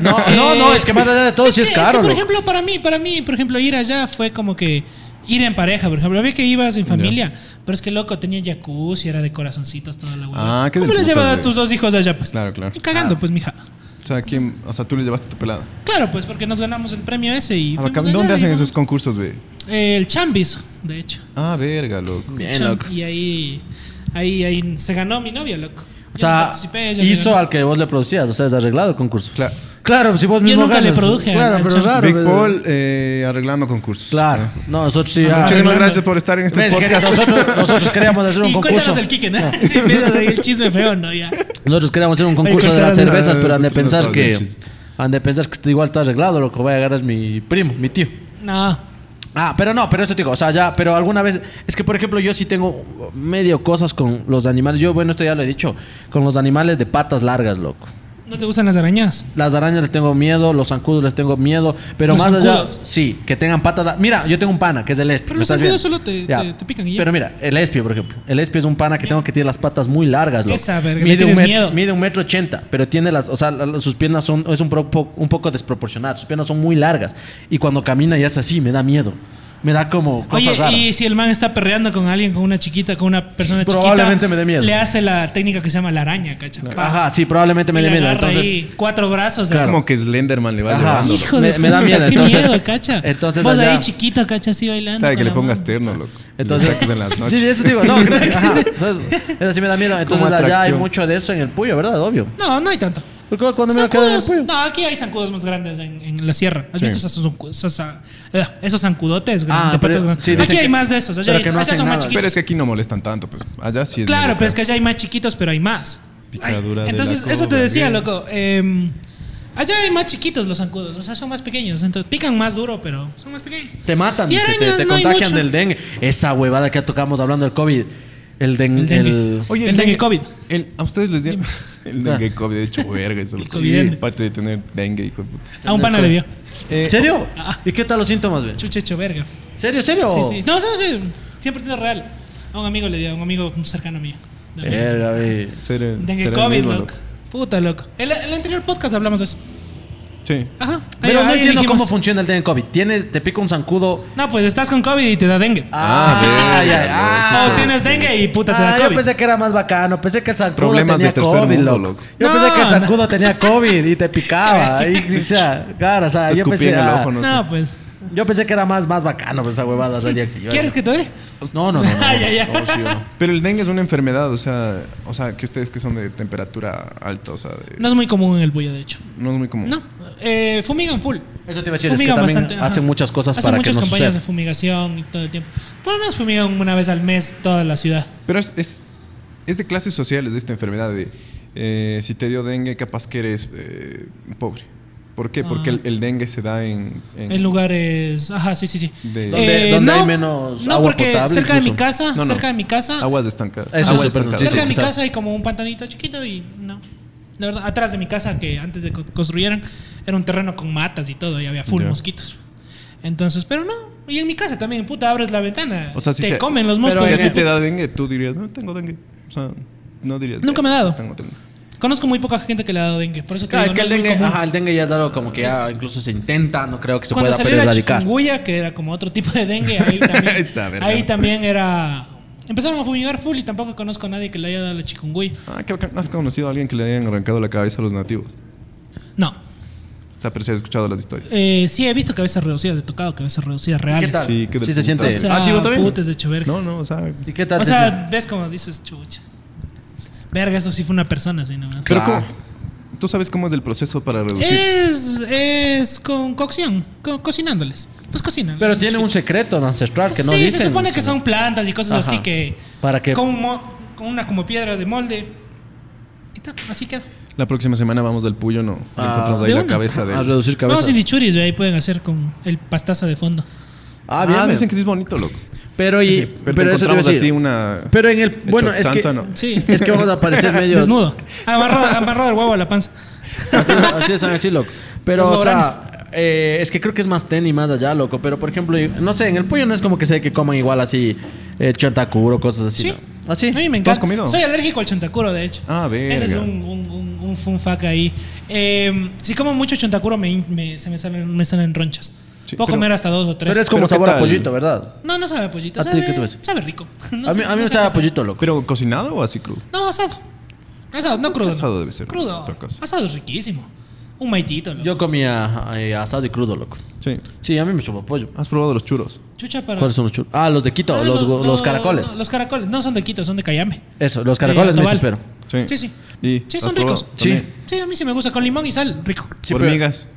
Speaker 3: No, no, no, es que más allá de todo, sí es
Speaker 2: que-
Speaker 3: caro,
Speaker 2: que, por
Speaker 3: loco.
Speaker 2: ejemplo, para mí, para mí, por ejemplo, ir allá fue como que ir en pareja, por ejemplo. Había que ibas en familia, pero es que loco, tenía jacuzzi, era de corazoncitos, toda la huevada.
Speaker 1: Ah, qué
Speaker 2: ¿Cómo
Speaker 1: del
Speaker 2: les llevas
Speaker 1: putas,
Speaker 2: a
Speaker 1: güey.
Speaker 2: tus dos hijos de allá? Pues
Speaker 1: Claro, claro.
Speaker 2: Y cagando,
Speaker 3: Ah.
Speaker 2: pues, mija.
Speaker 1: O sea, ¿quién, o sea, tú les llevaste tu pelada.
Speaker 2: Claro, pues, porque nos ganamos el premio ese y.
Speaker 1: Ah,
Speaker 2: fuimos
Speaker 1: bacán.
Speaker 2: allá
Speaker 1: ¿Dónde
Speaker 2: y
Speaker 1: hacen
Speaker 2: fuimos-
Speaker 1: esos concursos, ve?
Speaker 2: El Chambis, de hecho.
Speaker 1: Ah, verga, loco.
Speaker 3: Bien,
Speaker 2: Cham-
Speaker 3: loco.
Speaker 2: Y ahí, ahí, ahí se ganó mi novia, loco.
Speaker 3: O
Speaker 2: Yo no
Speaker 3: sea,
Speaker 2: participé, ella se
Speaker 3: hizo
Speaker 2: ganó.
Speaker 3: al que vos le producías, o sea, es arreglado el concurso.
Speaker 1: Claro.
Speaker 3: Claro, si vos
Speaker 2: Yo
Speaker 3: mismo
Speaker 2: nunca
Speaker 3: ganas.
Speaker 2: le produje
Speaker 3: Claro,
Speaker 2: al
Speaker 3: pero
Speaker 2: chamo.
Speaker 3: raro.
Speaker 1: Big
Speaker 3: pero-
Speaker 1: Paul eh, arreglando concursos.
Speaker 3: Claro. No, nosotros sí. ah,
Speaker 1: Muchísimas
Speaker 2: Arreglando.
Speaker 1: gracias por estar en este
Speaker 3: ves, gente,
Speaker 1: podcast.
Speaker 3: nosotros, nosotros queríamos hacer un
Speaker 2: Y cuéntanos
Speaker 3: concurso. Ah.
Speaker 2: el Kike, ¿no? Sí, pero de ahí el chisme feo, ¿no? Ya.
Speaker 3: Nosotros queríamos hacer un concurso de
Speaker 2: cuéntanos
Speaker 3: las
Speaker 2: de-
Speaker 3: cervezas, pero han de
Speaker 1: Nosotros no
Speaker 3: pensar
Speaker 1: sabemos
Speaker 3: que.
Speaker 1: del chisme.
Speaker 3: Han de pensar que esto igual está arreglado, lo que voy a agarrar es mi primo, mi tío.
Speaker 2: No.
Speaker 3: Ah, pero no, pero eso te digo, o sea, ya, pero alguna vez, es que por ejemplo yo sí tengo medio cosas con los animales, yo bueno, esto ya lo he dicho, con los animales de patas largas, loco.
Speaker 2: ¿No te gustan las arañas?
Speaker 3: Las arañas les tengo miedo, los zancudos les tengo miedo, pero
Speaker 2: ¿Los
Speaker 3: más
Speaker 2: zancudos?
Speaker 3: allá, sí, que tengan patas largas. Mira, yo tengo un pana que es el espio.
Speaker 2: Pero
Speaker 3: ¿me
Speaker 2: los
Speaker 3: estás
Speaker 2: zancudos solo
Speaker 3: viendo?
Speaker 2: te-
Speaker 3: Ya.
Speaker 2: te- te pican y ya.
Speaker 3: Pero mira, el espio, por ejemplo, el espio es un pana que tengo que tiene las patas muy largas, loco.
Speaker 2: Esa verga, le
Speaker 3: mide, un
Speaker 2: tienes
Speaker 3: met-
Speaker 2: miedo.
Speaker 3: mide un metro ochenta, pero tiene las, o sea, la- sus piernas son, es un, pro- po- un poco desproporcionadas, sus piernas son muy largas y cuando camina ya es así, me da miedo, me da como cosas
Speaker 2: Oye,
Speaker 3: raras.
Speaker 2: y si el man está perreando con alguien, con una chiquita, con una persona chiquita.
Speaker 3: Probablemente me dé miedo.
Speaker 2: Le hace la técnica que se llama la araña, ¿cachai?
Speaker 3: Ajá, sí, probablemente me dé miedo. Entonces,
Speaker 2: cuatro brazos.
Speaker 1: Es
Speaker 2: así.
Speaker 1: como que Slenderman le va
Speaker 3: Ajá.
Speaker 1: llevando. loco.
Speaker 2: Hijo
Speaker 3: Me-
Speaker 2: de
Speaker 3: me da
Speaker 2: puta,
Speaker 3: miedo,
Speaker 2: Qué
Speaker 3: entonces-
Speaker 2: miedo, cacha.
Speaker 3: entonces
Speaker 2: Vos
Speaker 3: allá-
Speaker 2: ahí chiquito, cacha, así bailando.
Speaker 1: Sabe que
Speaker 2: con
Speaker 1: le
Speaker 2: la
Speaker 1: pongas
Speaker 2: mano.
Speaker 1: terno, loco.
Speaker 3: Entonces,
Speaker 1: Exacto, en las
Speaker 3: sí,
Speaker 1: noches.
Speaker 3: sí, eso te digo, no,
Speaker 2: Me
Speaker 3: creo que-
Speaker 2: saques
Speaker 3: ajá,
Speaker 2: de-
Speaker 3: ¿sabes? eso sí me da miedo. Entonces allá hay
Speaker 1: atracción.
Speaker 3: mucho de eso en el Puyo, ¿verdad? Obvio.
Speaker 2: No, no hay tanto.
Speaker 3: Porque cuando me quedé en el
Speaker 2: Zancudos.
Speaker 3: Puyo.
Speaker 2: No, aquí hay zancudos más grandes en, en la sierra. ¿Has
Speaker 1: Sí.
Speaker 2: visto esos, zancu- esos, zan- eh, esos zancudotes?
Speaker 3: Ah,
Speaker 2: grandes, de
Speaker 3: pero-
Speaker 2: patas grandes?
Speaker 3: sí, dicen
Speaker 2: aquí hay
Speaker 3: que-
Speaker 2: más de esos. Allá,
Speaker 3: pero
Speaker 2: hay-
Speaker 3: que no
Speaker 2: allá
Speaker 3: hacen
Speaker 2: son más
Speaker 3: nada.
Speaker 2: chiquitos.
Speaker 1: Pero es que aquí no molestan tanto, pues. Allá sí es.
Speaker 2: Claro,
Speaker 1: medio
Speaker 2: pero es
Speaker 1: feo.
Speaker 2: que allá hay más chiquitos, pero hay más.
Speaker 1: Picadura
Speaker 2: Ay,
Speaker 1: de
Speaker 2: entonces,
Speaker 1: la
Speaker 2: eso te
Speaker 1: cobra,
Speaker 2: decía,
Speaker 1: bien.
Speaker 2: loco. eh, allá hay más chiquitos los zancudos, o sea, son más pequeños. Entonces, pican más duro, pero son más pequeños.
Speaker 3: Te matan,
Speaker 2: Y
Speaker 3: dice, te,
Speaker 2: arañas
Speaker 3: te
Speaker 2: no hay
Speaker 3: contagian
Speaker 2: mucho.
Speaker 3: del dengue. Esa huevada que tocamos hablando del COVID. El dengue.
Speaker 2: El dengue.
Speaker 3: el-
Speaker 2: Oye, el dengue COVID. Ah.
Speaker 1: el- a ustedes les dieron. El dengue COVID, de hecho, verga. Eso, loco.
Speaker 2: COVID.
Speaker 1: Sí, Parte de tener dengue, hijo de puta.
Speaker 2: A un pana le dio.
Speaker 1: Eh,
Speaker 3: ¿En serio?
Speaker 2: Ah.
Speaker 3: ¿Y qué tal los síntomas, güey?
Speaker 2: Chuchecho, verga.
Speaker 3: ¿Serio, serio?
Speaker 2: Sí, sí. No, no, sí. Siempre tiene real. A un amigo le dio, a un amigo cercano mío.
Speaker 3: Verga, güey.
Speaker 1: ser el-
Speaker 2: Dengue
Speaker 1: ser el
Speaker 2: COVID,
Speaker 1: mismo,
Speaker 2: loco.
Speaker 1: loco.
Speaker 2: Puta, loco. El, el anterior podcast hablamos de eso.
Speaker 1: Sí.
Speaker 2: Ajá. Ahí-
Speaker 3: Pero no
Speaker 2: ahí
Speaker 3: entiendo
Speaker 2: dijimos-
Speaker 3: cómo funciona el dengue COVID. Tiene, te pica un zancudo.
Speaker 2: No, pues estás con COVID y te da dengue.
Speaker 1: Ah,
Speaker 3: ay,
Speaker 1: verga,
Speaker 3: ay,
Speaker 1: loco.
Speaker 3: ay.
Speaker 2: o tienes dengue y puta te
Speaker 3: Ah,
Speaker 2: da
Speaker 3: yo
Speaker 2: COVID.
Speaker 3: pensé que era más bacano. Pensé que el zancudo
Speaker 1: Problemas
Speaker 3: tenía
Speaker 1: de tercer
Speaker 3: COVID,
Speaker 1: mundo,
Speaker 3: loco.
Speaker 1: loco.
Speaker 3: Yo
Speaker 2: No,
Speaker 3: pensé que el
Speaker 2: no.
Speaker 3: zancudo tenía COVID y te picaba. y, o sea, claro, o sea,
Speaker 1: Te
Speaker 3: yo
Speaker 1: escupí
Speaker 3: pensé,
Speaker 1: en el
Speaker 3: ah,
Speaker 1: ojo, no sé.
Speaker 2: No, pues.
Speaker 3: yo pensé que era más, más bacano pero esa huevada radiactiva.
Speaker 2: ¿Quieres Ah, que te dé?
Speaker 3: No, no, no. no, no,
Speaker 2: Ay, ay, ay.
Speaker 3: no, sí, no.
Speaker 1: Pero el dengue es una enfermedad, o sea, o sea, que ustedes que son de temperatura alta, o sea, de-
Speaker 2: No es muy común en el bullo, de hecho.
Speaker 1: no es muy común.
Speaker 2: No, eh, fumigan full.
Speaker 3: Eso te iba a decir, es que también hacen muchas cosas
Speaker 2: hacen
Speaker 3: para que
Speaker 2: muchas
Speaker 3: no
Speaker 2: campañas de
Speaker 3: suceda.
Speaker 2: fumigación y todo el tiempo. Por lo menos fumigan una vez al mes toda la ciudad.
Speaker 1: Pero es, es, es de clases sociales de esta enfermedad de eh, si te dio dengue, capaz que eres eh, pobre. ¿Por qué?
Speaker 2: Ah.
Speaker 1: Porque el, el dengue se da en, en-
Speaker 2: En lugares, ajá, sí, sí, sí. Eh,
Speaker 1: De-
Speaker 3: Donde- donde hay menos
Speaker 2: no,
Speaker 3: agua
Speaker 2: porque
Speaker 3: potable
Speaker 2: cerca de mi
Speaker 3: incluso.
Speaker 2: casa,
Speaker 1: No, no.
Speaker 2: cerca de mi casa,
Speaker 1: aguas estancadas.
Speaker 3: Eso
Speaker 1: Aguas
Speaker 3: es, perdón,
Speaker 1: estancadas.
Speaker 3: sí,
Speaker 2: cerca
Speaker 3: sí,
Speaker 2: de mi
Speaker 3: sabe.
Speaker 2: casa hay como un pantanito chiquito y no. La verdad, atrás de mi casa que antes de co- construyeran era un terreno con matas y todo y había full
Speaker 1: Ya.
Speaker 2: mosquitos. Entonces, pero no. Y en mi casa también, puta, abres la ventana.
Speaker 1: O sea, si
Speaker 2: te, comen los
Speaker 1: pero
Speaker 2: mosquitos.
Speaker 1: si a ti te da dengue, tú dirías, no tengo dengue. O sea, no dirías.
Speaker 2: Nunca me ha
Speaker 1: "Ya,
Speaker 2: dado".
Speaker 1: tengo dengue".
Speaker 2: Conozco muy poca gente que le ha dado dengue, por eso te
Speaker 3: Claro, Ah, es
Speaker 2: digo,
Speaker 3: que el
Speaker 2: no es muy
Speaker 3: dengue,
Speaker 2: común.
Speaker 3: ajá, el dengue ya es algo como que ya
Speaker 2: Es-
Speaker 3: incluso se intenta, no creo que se
Speaker 2: Cuando
Speaker 3: pueda
Speaker 2: salió
Speaker 3: pero
Speaker 2: la
Speaker 3: erradicar.
Speaker 2: chikungunya, que era como otro tipo de dengue, ahí también,
Speaker 1: Esa verga.
Speaker 2: ahí también era... Empezaron a fumigar full y tampoco conozco a nadie que le haya dado la chikungunya.
Speaker 1: Ah, creo que has conocido a alguien que le hayan arrancado la cabeza a los nativos.
Speaker 2: No.
Speaker 1: O sea, pero sí has escuchado las historias.
Speaker 2: Eh, sí, he visto cabezas reducidas, he tocado cabezas reducidas reales.
Speaker 3: tal?
Speaker 1: Sí, qué de
Speaker 3: Sí
Speaker 1: puta.
Speaker 3: se siente.
Speaker 2: O sea,
Speaker 3: Ah, sí, vos también.
Speaker 2: puta, es de hecho verga.
Speaker 1: No, no, o sea.
Speaker 3: ¿Y qué tal?
Speaker 2: o
Speaker 3: te
Speaker 2: sea,
Speaker 3: sientes?
Speaker 2: ves como dices, chucha. Verga, eso sí fue una persona, así nomás.
Speaker 1: Pero
Speaker 3: Claro.
Speaker 1: ¿cómo- ¿Tú sabes cómo es el proceso para reducir?
Speaker 2: Eh. Es, es con cocción, co- cocinándoles. Los cocinan.
Speaker 3: pero
Speaker 2: los
Speaker 3: tiene un
Speaker 2: chiquitos.
Speaker 3: secreto ancestral que no
Speaker 2: sí,
Speaker 3: dicen.
Speaker 2: se supone que
Speaker 3: sino-
Speaker 2: son plantas y cosas
Speaker 3: Ajá.
Speaker 2: así que.
Speaker 3: Para que-
Speaker 2: Con, mo- con una como piedra de molde. Y tal, así queda.
Speaker 1: La próxima semana vamos del Puyo, no. Y
Speaker 3: Ah.
Speaker 1: encontramos ahí
Speaker 2: ¿De
Speaker 1: la
Speaker 2: una?
Speaker 1: cabeza de.
Speaker 3: A reducir cabezas.
Speaker 2: Vamos y lichuris, ahí pueden hacer con el pastazo de fondo.
Speaker 3: Ah, bien.
Speaker 1: Ah,
Speaker 3: bien.
Speaker 1: dicen que sí es bonito, loco.
Speaker 3: Pero y
Speaker 1: Sí, sí,
Speaker 3: pero,
Speaker 1: pero, te
Speaker 3: eso te iba a
Speaker 1: encontramos a,
Speaker 3: decir.
Speaker 1: ti una.
Speaker 3: Pero en el bueno, es que
Speaker 1: chanza, ¿no?
Speaker 2: Sí.
Speaker 3: es que vamos a aparecer medio
Speaker 2: Desnudo. Amarrado, amarrado el huevo a la panza.
Speaker 3: Así, así es, así, loco. Pero,
Speaker 2: Los
Speaker 3: o
Speaker 2: laurales.
Speaker 3: sea, eh, es que creo que es más ten y más allá, loco. Pero, por ejemplo, y- no sé, en el pollo no es como que sé que coman igual así eh, chontacuro, cosas así.
Speaker 2: Sí.
Speaker 3: ¿no? ¿Ah, ¿Así?
Speaker 2: A mí me
Speaker 1: ¿Tú has
Speaker 2: encanta.
Speaker 1: comido?
Speaker 2: Soy alérgico al chontacuro, de hecho.
Speaker 1: Ah, verga.
Speaker 2: Ese es un, un, un- un fun fact ahí. Eh, si como mucho chontacuro, me, me- se me salen, me salen ronchas.
Speaker 1: Sí,
Speaker 2: Puedo
Speaker 1: pero-
Speaker 2: comer hasta dos o tres.
Speaker 3: Pero es como
Speaker 1: Pero, ¿qué
Speaker 3: sabor a
Speaker 1: tal?
Speaker 3: pollito, ¿verdad?
Speaker 2: No, no sabe a pollito.
Speaker 3: ¿A ti
Speaker 2: Sabe,
Speaker 3: qué te parece?
Speaker 2: sabe rico. No
Speaker 3: a mí,
Speaker 2: sé-
Speaker 3: a mí
Speaker 2: no
Speaker 3: me
Speaker 2: sé
Speaker 3: sabe a
Speaker 2: qué sabe.
Speaker 3: pollito, loco.
Speaker 1: ¿Pero cocinado o así crudo?
Speaker 2: No, asado. Asado, no crudo.
Speaker 1: asado
Speaker 2: no.
Speaker 1: debe ser
Speaker 2: Crudo.
Speaker 1: otra cosa.
Speaker 2: Asado es riquísimo. Un maitito, loco.
Speaker 3: Yo comía eh, asado y crudo, loco.
Speaker 1: Sí.
Speaker 3: Sí, a mí me supo pollo.
Speaker 1: ¿Has probado los churros?
Speaker 2: Chucha para.
Speaker 3: ¿Cuáles son los churros? Ah, los de Quito,
Speaker 2: Ah,
Speaker 3: los,
Speaker 2: lo-
Speaker 3: los
Speaker 2: lo-
Speaker 3: caracoles.
Speaker 2: Los caracoles. No son de Quito, son de Cayambe.
Speaker 3: Eso, los caracoles me
Speaker 2: Atobal.
Speaker 3: espero.
Speaker 1: Sí.
Speaker 2: Sí, sí.
Speaker 1: ¿Y
Speaker 2: Sí,
Speaker 1: has
Speaker 2: son
Speaker 1: probado
Speaker 2: ricos.
Speaker 1: también?
Speaker 2: Sí, a mí sí me gusta. Con limón y sal, rico.
Speaker 3: Sí, pero-
Speaker 1: Hormigas.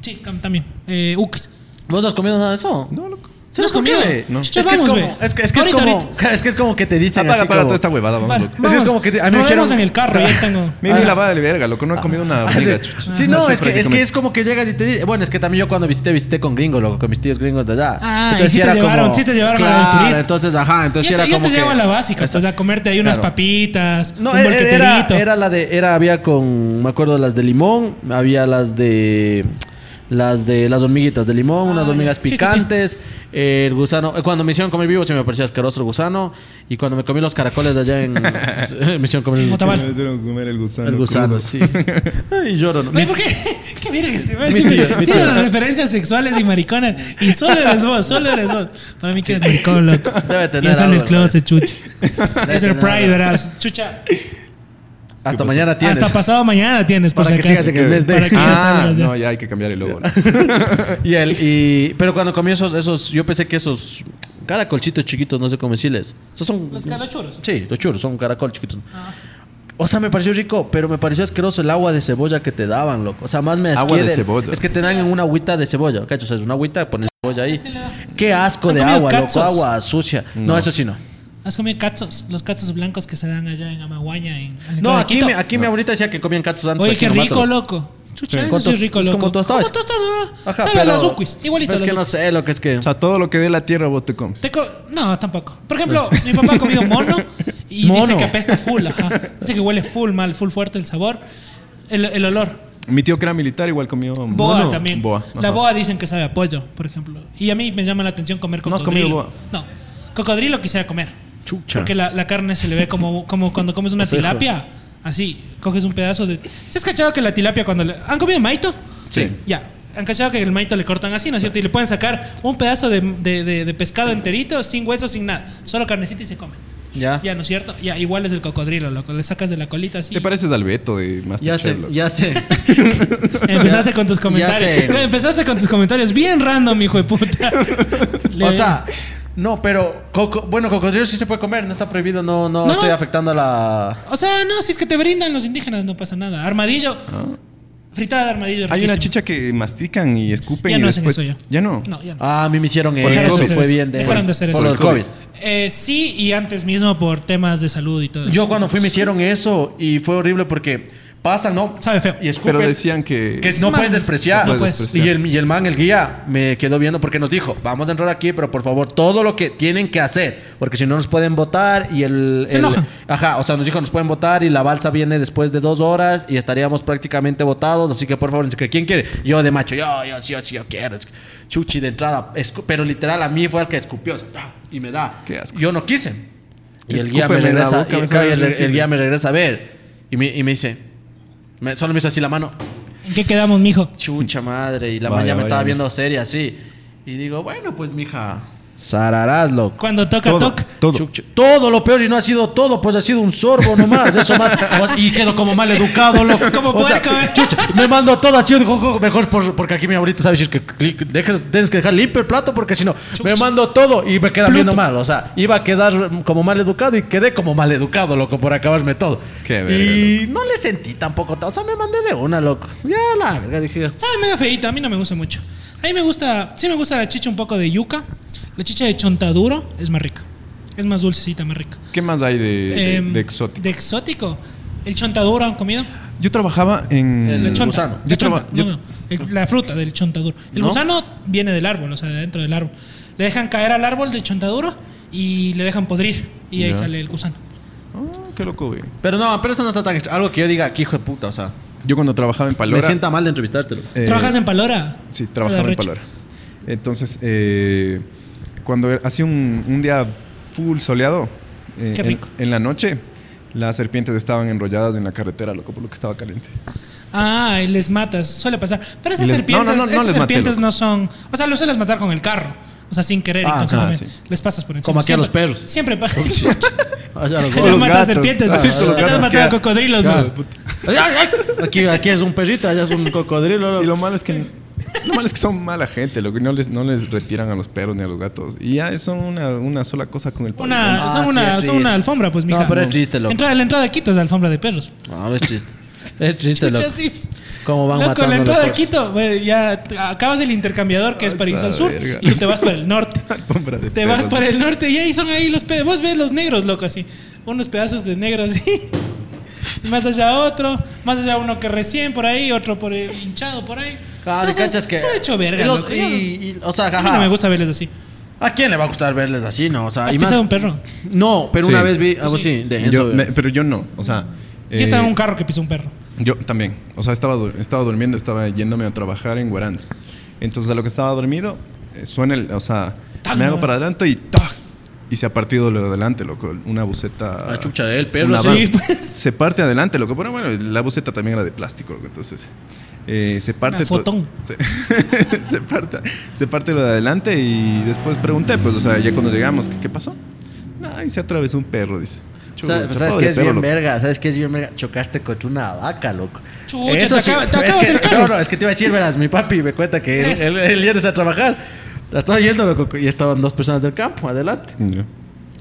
Speaker 2: Sí, cam- también. Eh, ukis.
Speaker 3: ¿Vos no has comido nada de eso?
Speaker 1: No, loco.
Speaker 2: ¿No has
Speaker 3: por qué?
Speaker 2: comido? No.
Speaker 3: Es que
Speaker 2: Chucha,
Speaker 3: es como-
Speaker 2: vamos, ve.
Speaker 3: es que- es que es
Speaker 2: Ahorita,
Speaker 3: como-
Speaker 2: ahorita.
Speaker 3: es que es como que te dicen
Speaker 1: Apaga,
Speaker 3: así
Speaker 1: apaga
Speaker 3: como-
Speaker 1: toda esta huevada, vamos,
Speaker 2: Para,
Speaker 1: loco.
Speaker 3: Es que es como que te- a mí me
Speaker 2: Rodemos en
Speaker 3: dijeron-
Speaker 2: el carro, ya tengo.
Speaker 1: Mira la vara de verga, loco. No he comido una
Speaker 3: Ah, sí.
Speaker 1: hormiga, chucha.
Speaker 3: Sí, no,
Speaker 1: sé
Speaker 3: es,
Speaker 1: para
Speaker 3: que,
Speaker 1: qué
Speaker 3: es que
Speaker 1: comer.
Speaker 3: es como que llegas y te dicen. Bueno, es que también yo cuando visité, visité con gringos, loco, con mis tíos gringos de allá.
Speaker 2: Ah, y sí te llevaron, sí te llevaron a la del
Speaker 3: Claro,
Speaker 2: turista.
Speaker 3: Entonces, ajá, entonces
Speaker 2: yo
Speaker 3: era
Speaker 2: te, yo
Speaker 3: como.
Speaker 2: te llevo
Speaker 3: que-
Speaker 2: a la básica,
Speaker 3: Exacto.
Speaker 2: pues a comerte ahí unas
Speaker 3: Claro.
Speaker 2: papitas,
Speaker 3: No,
Speaker 2: un
Speaker 3: era- era,
Speaker 2: bolqueterito.
Speaker 3: era la de. Era, había con. Me acuerdo las de limón, había las de. Las de las hormiguitas de limón, unas
Speaker 2: ya.
Speaker 3: hormigas
Speaker 2: Sí, sí, sí.
Speaker 3: picantes, eh, el gusano. eh, Cuando me hicieron comer vivo se me parecía asqueroso el gusano. Y cuando me comí los caracoles de allá en. me hicieron comer el,
Speaker 2: Otavalo.
Speaker 1: Me hicieron comer el gusano.
Speaker 3: el gusano,
Speaker 1: crudo.
Speaker 3: sí. y lloro, ¿no?
Speaker 2: Oye, ¿por qué? ¿Qué verga este man?
Speaker 3: Mi
Speaker 2: Siempre
Speaker 3: tío, mi
Speaker 2: siempre
Speaker 3: tío.
Speaker 2: las referencias sexuales y mariconas. Y solo eres vos, solo eres vos. Para mí que eres maricón, loco.
Speaker 3: Debe tener
Speaker 2: Ya sale el
Speaker 3: algo,
Speaker 2: closet, chucha.
Speaker 3: Debe
Speaker 2: Es el
Speaker 3: tener
Speaker 2: pride,
Speaker 3: algo.
Speaker 2: verás. Chucha,
Speaker 3: Hasta mañana tienes.
Speaker 2: hasta pasado mañana tienes, por
Speaker 3: Para
Speaker 2: si
Speaker 3: que
Speaker 2: acaso.
Speaker 3: sigas en el mes de-
Speaker 2: Para que ya
Speaker 1: Ah,
Speaker 2: salgas ya.
Speaker 1: no, ya hay que cambiar el logo. loco.
Speaker 3: Y el, y, pero cuando comí esos, esos, yo pensé que esos caracolchitos chiquitos, no sé cómo decirles. Esos son.
Speaker 2: Los calochuros.
Speaker 3: Sí, los churros, son caracol chiquitos.
Speaker 2: Ah.
Speaker 3: O sea, me pareció rico, pero me pareció asqueroso el agua de cebolla que te daban, loco. O sea, más me
Speaker 1: Agua
Speaker 3: asqué
Speaker 1: de cebolla.
Speaker 3: Es que te dan en una agüita de cebolla, ¿cachai? O sea, es una agüita, pones cebolla ahí.
Speaker 2: que le da-
Speaker 3: Qué asco
Speaker 2: ¿Han
Speaker 3: de
Speaker 2: comido
Speaker 3: agua, loco.
Speaker 2: catsups?
Speaker 3: Agua sucia. No, eso sí no.
Speaker 2: ¿Has comido cazos? Los cazos blancos que se dan allá en Amaguaña. En, en el
Speaker 3: No,
Speaker 2: Club de
Speaker 3: aquí,
Speaker 2: Quito.
Speaker 3: mi- aquí mi abuelita decía que comían cachos antes.
Speaker 2: Oye,
Speaker 3: aquí
Speaker 2: qué
Speaker 3: en
Speaker 2: rico,
Speaker 3: Ambato.
Speaker 2: loco. Chucha,
Speaker 3: Sí.
Speaker 2: eso
Speaker 3: Con
Speaker 2: sí
Speaker 3: tos-
Speaker 2: es rico,
Speaker 3: es
Speaker 2: loco.
Speaker 3: como tostadas.
Speaker 2: Como tostada.
Speaker 3: Ajá,
Speaker 2: Sabe a
Speaker 3: pero-
Speaker 2: las uquis, igualito
Speaker 3: Es
Speaker 2: a las
Speaker 3: que no
Speaker 2: uquis.
Speaker 3: sé lo que es que.
Speaker 1: O sea, todo lo que dé la tierra vos te comes.
Speaker 2: Te co- no, tampoco. Por ejemplo, mi papá ha comido mono y dice
Speaker 3: Mono.
Speaker 2: que apesta full, ajá. Dice que huele full mal, full fuerte el sabor, el, el olor.
Speaker 1: Mi tío que era militar igual comió
Speaker 2: Boa
Speaker 1: mono.
Speaker 2: también.
Speaker 1: Boa.
Speaker 2: La
Speaker 1: ajá.
Speaker 2: boa dicen que sabe a pollo, por ejemplo. Y a mí me llama la atención comer
Speaker 1: ¿No has
Speaker 2: cocodrilo.
Speaker 1: comido
Speaker 2: No. Cocodrilo quisiera comer.
Speaker 3: Chucha.
Speaker 2: Porque la, la carne se le ve como, como cuando comes una tilapia. Así, coges un pedazo de. ¿Se has cachado que la tilapia cuando le. ¿Han comido maito?
Speaker 1: Sí.
Speaker 2: Ya. Han cachado que el maito le cortan así, ¿no es cierto? Y le pueden sacar un pedazo de, de- de- de pescado enterito, sin hueso, sin nada. Solo carnecita y se come.
Speaker 3: Ya.
Speaker 2: Ya, ¿no es cierto? Ya, igual es el cocodrilo, loco. Le sacas de la colita así.
Speaker 1: Te pareces al Beto de
Speaker 3: Ya
Speaker 1: Masterchef.
Speaker 3: sé,
Speaker 1: loco.
Speaker 3: ya sé.
Speaker 2: Empezaste con tus
Speaker 3: Ya
Speaker 2: comentarios.
Speaker 3: sé.
Speaker 2: Empezaste con tus comentarios. Bien random, hijo de puta. Le-
Speaker 3: O sea, no, pero coco, bueno, cocodrilo sí se puede comer, no está prohibido, no, no,
Speaker 2: No.
Speaker 3: estoy afectando a la.
Speaker 2: O sea, no, si es que te brindan los indígenas, no pasa nada. Armadillo. Fritada de armadillo.
Speaker 1: Hay
Speaker 2: riquísimo.
Speaker 1: una chicha que mastican y escupen
Speaker 2: Ya
Speaker 1: y
Speaker 2: no hacen
Speaker 1: después.
Speaker 2: eso ya.
Speaker 1: ya no.
Speaker 2: No, ya no.
Speaker 3: Ah, a mí me hicieron
Speaker 1: Por el
Speaker 3: eso,
Speaker 1: COVID.
Speaker 3: fue bien de,
Speaker 2: Dejaron de hacer
Speaker 3: por
Speaker 2: eso.
Speaker 3: el COVID.
Speaker 2: Eh, sí, y antes mismo por temas de salud y todo eso.
Speaker 3: Yo cuando fui me hicieron eso y fue horrible porque pasan, ¿no?
Speaker 2: Sabe feo.
Speaker 3: Y escupen.
Speaker 1: Pero decían que.
Speaker 3: que no
Speaker 2: más-
Speaker 3: puedes despreciar.
Speaker 2: no puedes
Speaker 1: despreciar.
Speaker 3: Y el, y el man, el guía, me quedó viendo porque nos dijo, vamos a entrar aquí, pero por favor, todo lo que tienen que hacer, porque si no nos pueden votar y el...
Speaker 2: Se
Speaker 3: el-
Speaker 2: enojan.
Speaker 3: Ajá, o sea, nos dijo, nos pueden votar y la balsa viene después de dos horas y estaríamos prácticamente votados, así que por favor, dice que, ¿quién quiere? Yo de macho, yo, yo, sí, yo, sí, yo quiero. Es que, Chuchi de entrada, escu- pero literal a mí fue el que escupió, o sea, ¡ah! y me da.
Speaker 1: Qué asco.
Speaker 3: Yo no quise. Y el guía
Speaker 1: Escúpeme
Speaker 3: me
Speaker 1: en la
Speaker 3: regresa,
Speaker 1: boca,
Speaker 3: y-
Speaker 1: mejor
Speaker 3: claro, y el-
Speaker 1: es
Speaker 3: el
Speaker 1: decirle.
Speaker 3: guía me regresa a ver y me, y me dice, Me- solo me hizo así la mano.
Speaker 2: ¿En qué quedamos, mijo?
Speaker 3: Chucha madre. Y la
Speaker 1: Vaya,
Speaker 3: mañana me
Speaker 1: vaya.
Speaker 3: estaba viendo serie así. Y digo, bueno, pues mija. Sararás, loco.
Speaker 2: Cuando toca, toca.
Speaker 1: todo.
Speaker 3: Chucha. Todo lo peor y no ha sido todo, pues ha sido un sorbo nomás, eso más. Y quedo como mal educado, loco.
Speaker 2: Como puerco, ¿eh?
Speaker 3: chucha, me mando todo así, digo, "Jo, jo, mejor por- porque aquí mi abuelita sabe decir que cli- dejes, tienes que dejar limpio el plato porque si no, me mando todo y me queda viendo mal, o sea, iba a quedar como mal educado y quedé como mal educado, loco, por acabarme todo.
Speaker 1: Qué verga,
Speaker 3: y no le sentí tampoco, o sea, me mandé de una, loco. Ya la verga, dije.
Speaker 2: Sabe medio feíto, a mí no me gusta mucho. A mí me gusta, sí me gusta la chicha un poco de yuca. La chicha de chontaduro es más rica. Es más dulcecita, más rica.
Speaker 1: ¿Qué más hay de, de-
Speaker 2: Em,
Speaker 1: de exótico?
Speaker 2: De exótico. ¿El chontaduro han comido?
Speaker 1: Yo trabajaba en.
Speaker 3: El
Speaker 2: La chonta.
Speaker 3: Mm. gusano.
Speaker 2: La,
Speaker 1: Yo
Speaker 2: chonta,
Speaker 1: traba- yo-
Speaker 2: no, no, el- la fruta del chontaduro. El
Speaker 3: ¿No?
Speaker 2: gusano viene del árbol, o sea, de dentro del árbol. Le dejan caer al árbol del chontaduro y le dejan podrir. Y ahí
Speaker 1: Ya.
Speaker 2: sale el gusano.
Speaker 1: Ah, qué loco, güey.
Speaker 3: Pero no, pero eso no está tan extra- Algo que yo diga aquí, hijo de puta, o sea,
Speaker 1: Yo cuando trabajaba en Palora.
Speaker 3: me sienta mal de entrevistártelo.
Speaker 1: eh,
Speaker 2: ¿Trabajas en Palora?
Speaker 1: Sí, trabajaba en
Speaker 2: Arrecho.
Speaker 1: Palora. Entonces, eh, cuando era- hacía un, un día full soleado, eh,
Speaker 2: Qué
Speaker 1: en-
Speaker 2: rico.
Speaker 1: En, la noche, las serpientes estaban enrolladas en la carretera, loco, por lo que estaba caliente.
Speaker 2: Ah, y les matas, suele pasar. Pero esas
Speaker 1: Les-
Speaker 2: serpientes,
Speaker 1: no, no, no, no
Speaker 2: esas
Speaker 1: les maté,
Speaker 2: serpientes
Speaker 1: loco.
Speaker 2: no son. O sea, los sueles matar con el carro. O sea, sin querer,
Speaker 3: Ah,
Speaker 2: inconscientemente.
Speaker 1: ah, sí.
Speaker 2: Les pasas por encima.
Speaker 3: Como aquí a los
Speaker 2: Siempre-
Speaker 3: perros.
Speaker 2: Siempre pasa.
Speaker 3: O sea, los
Speaker 1: O
Speaker 2: Ellos
Speaker 1: los
Speaker 2: matan
Speaker 1: gatos.
Speaker 2: serpientes.
Speaker 1: Ah,
Speaker 2: ¿no?
Speaker 1: sí, los
Speaker 2: Ellos
Speaker 1: gatos
Speaker 2: matan a
Speaker 1: que-
Speaker 2: cocodrilos. ¿no?
Speaker 3: Claro. Ay, ay, ay. Aquí, aquí es un perrito, allá es un cocodrilo.
Speaker 1: Y lo malo es que lo malo es que son mala gente, lo que no les, no les retiran a los perros ni a los gatos. Y ya son una, una sola cosa con el
Speaker 2: Una,
Speaker 1: pavimento.
Speaker 3: Ah,
Speaker 2: son,
Speaker 3: sí,
Speaker 2: una,
Speaker 3: es
Speaker 2: son una
Speaker 3: triste.
Speaker 2: alfombra, pues, mija.
Speaker 3: No, pero es triste, loco.
Speaker 2: Entra- la entrada de Quito es la alfombra de perros.
Speaker 3: No, no es chiste. Es chiste,
Speaker 2: Chucha,
Speaker 3: loco.
Speaker 2: sí.
Speaker 3: Cómo van
Speaker 2: Loco, la
Speaker 3: matando a los
Speaker 2: entrada de
Speaker 3: perros.
Speaker 2: Quito, güey, ya te- acabas el intercambiador que es
Speaker 1: Ah,
Speaker 2: para irse
Speaker 1: esa
Speaker 2: al sur
Speaker 1: verga.
Speaker 2: y tú te vas para el norte.
Speaker 1: Alfombra de
Speaker 2: Te vas
Speaker 1: perros.
Speaker 2: para el norte y ahí son ahí los pedazos. Vos ves los negros, loco, así. Unos pedazos de negro así. Y más allá otro, más allá uno que recién por ahí, otro por el hinchado por ahí.
Speaker 3: Claro, y
Speaker 2: Entonces,
Speaker 3: cachas que-
Speaker 2: Se ha hecho verga,
Speaker 3: y los-
Speaker 2: loco.
Speaker 3: y-
Speaker 2: Yo-
Speaker 3: y- o sea,
Speaker 2: a mí no
Speaker 3: ajá.
Speaker 2: me gusta verles así.
Speaker 3: ¿A quién le va a gustar verles así, no? O sea,
Speaker 2: ¿Has
Speaker 3: y más-
Speaker 2: pisado un perro?
Speaker 3: No, pero
Speaker 1: Sí.
Speaker 3: una vez vi.
Speaker 2: Tú
Speaker 3: Ah, vos sí,
Speaker 2: sí.
Speaker 3: de eh.
Speaker 1: Yo-
Speaker 3: Enzo.
Speaker 1: me- pero yo no, o sea.
Speaker 2: Yo
Speaker 1: eh,
Speaker 2: estaba en un carro que pisó un perro.
Speaker 1: Yo también. O sea, estaba, dur- estaba durmiendo, estaba yéndome a trabajar en Guaranda. Entonces, a lo que estaba dormido, eh, suena el. O sea,
Speaker 2: ¡Tac!
Speaker 1: me hago para adelante y ¡tac! Y se ha partido lo de adelante, loco. Una buceta.
Speaker 3: Ah, chucha, el perro,
Speaker 1: una
Speaker 3: sí,
Speaker 1: van.
Speaker 2: pues.
Speaker 1: Se parte adelante, loco. Pero bueno, la buceta también era de plástico, loco. Entonces, eh, se parte.
Speaker 2: Una
Speaker 1: to-
Speaker 2: fotón.
Speaker 1: Se, se parte, se parte lo de adelante y después pregunté, pues, o sea, ya cuando llegamos, ¿qué, qué pasó? Ay, se atravesó un perro, dice.
Speaker 3: Sa-
Speaker 1: Chuta,
Speaker 3: pues, ¿Sabes
Speaker 1: pobre
Speaker 3: qué es
Speaker 1: perro,
Speaker 3: bien
Speaker 1: loco.
Speaker 3: verga? ¿Sabes qué es bien verga? Chocaste contra una vaca, loco.
Speaker 2: Chucha, te acaba- te
Speaker 3: es
Speaker 2: acabas
Speaker 3: que-
Speaker 2: el carro.
Speaker 3: No, no, es que te iba a decir, verás, mi papi me cuenta que él,
Speaker 2: Es.
Speaker 3: él, él viernes a trabajar. Estaba yendo, loco, y estaban dos personas del campo, adelante.
Speaker 1: Mm, Ya.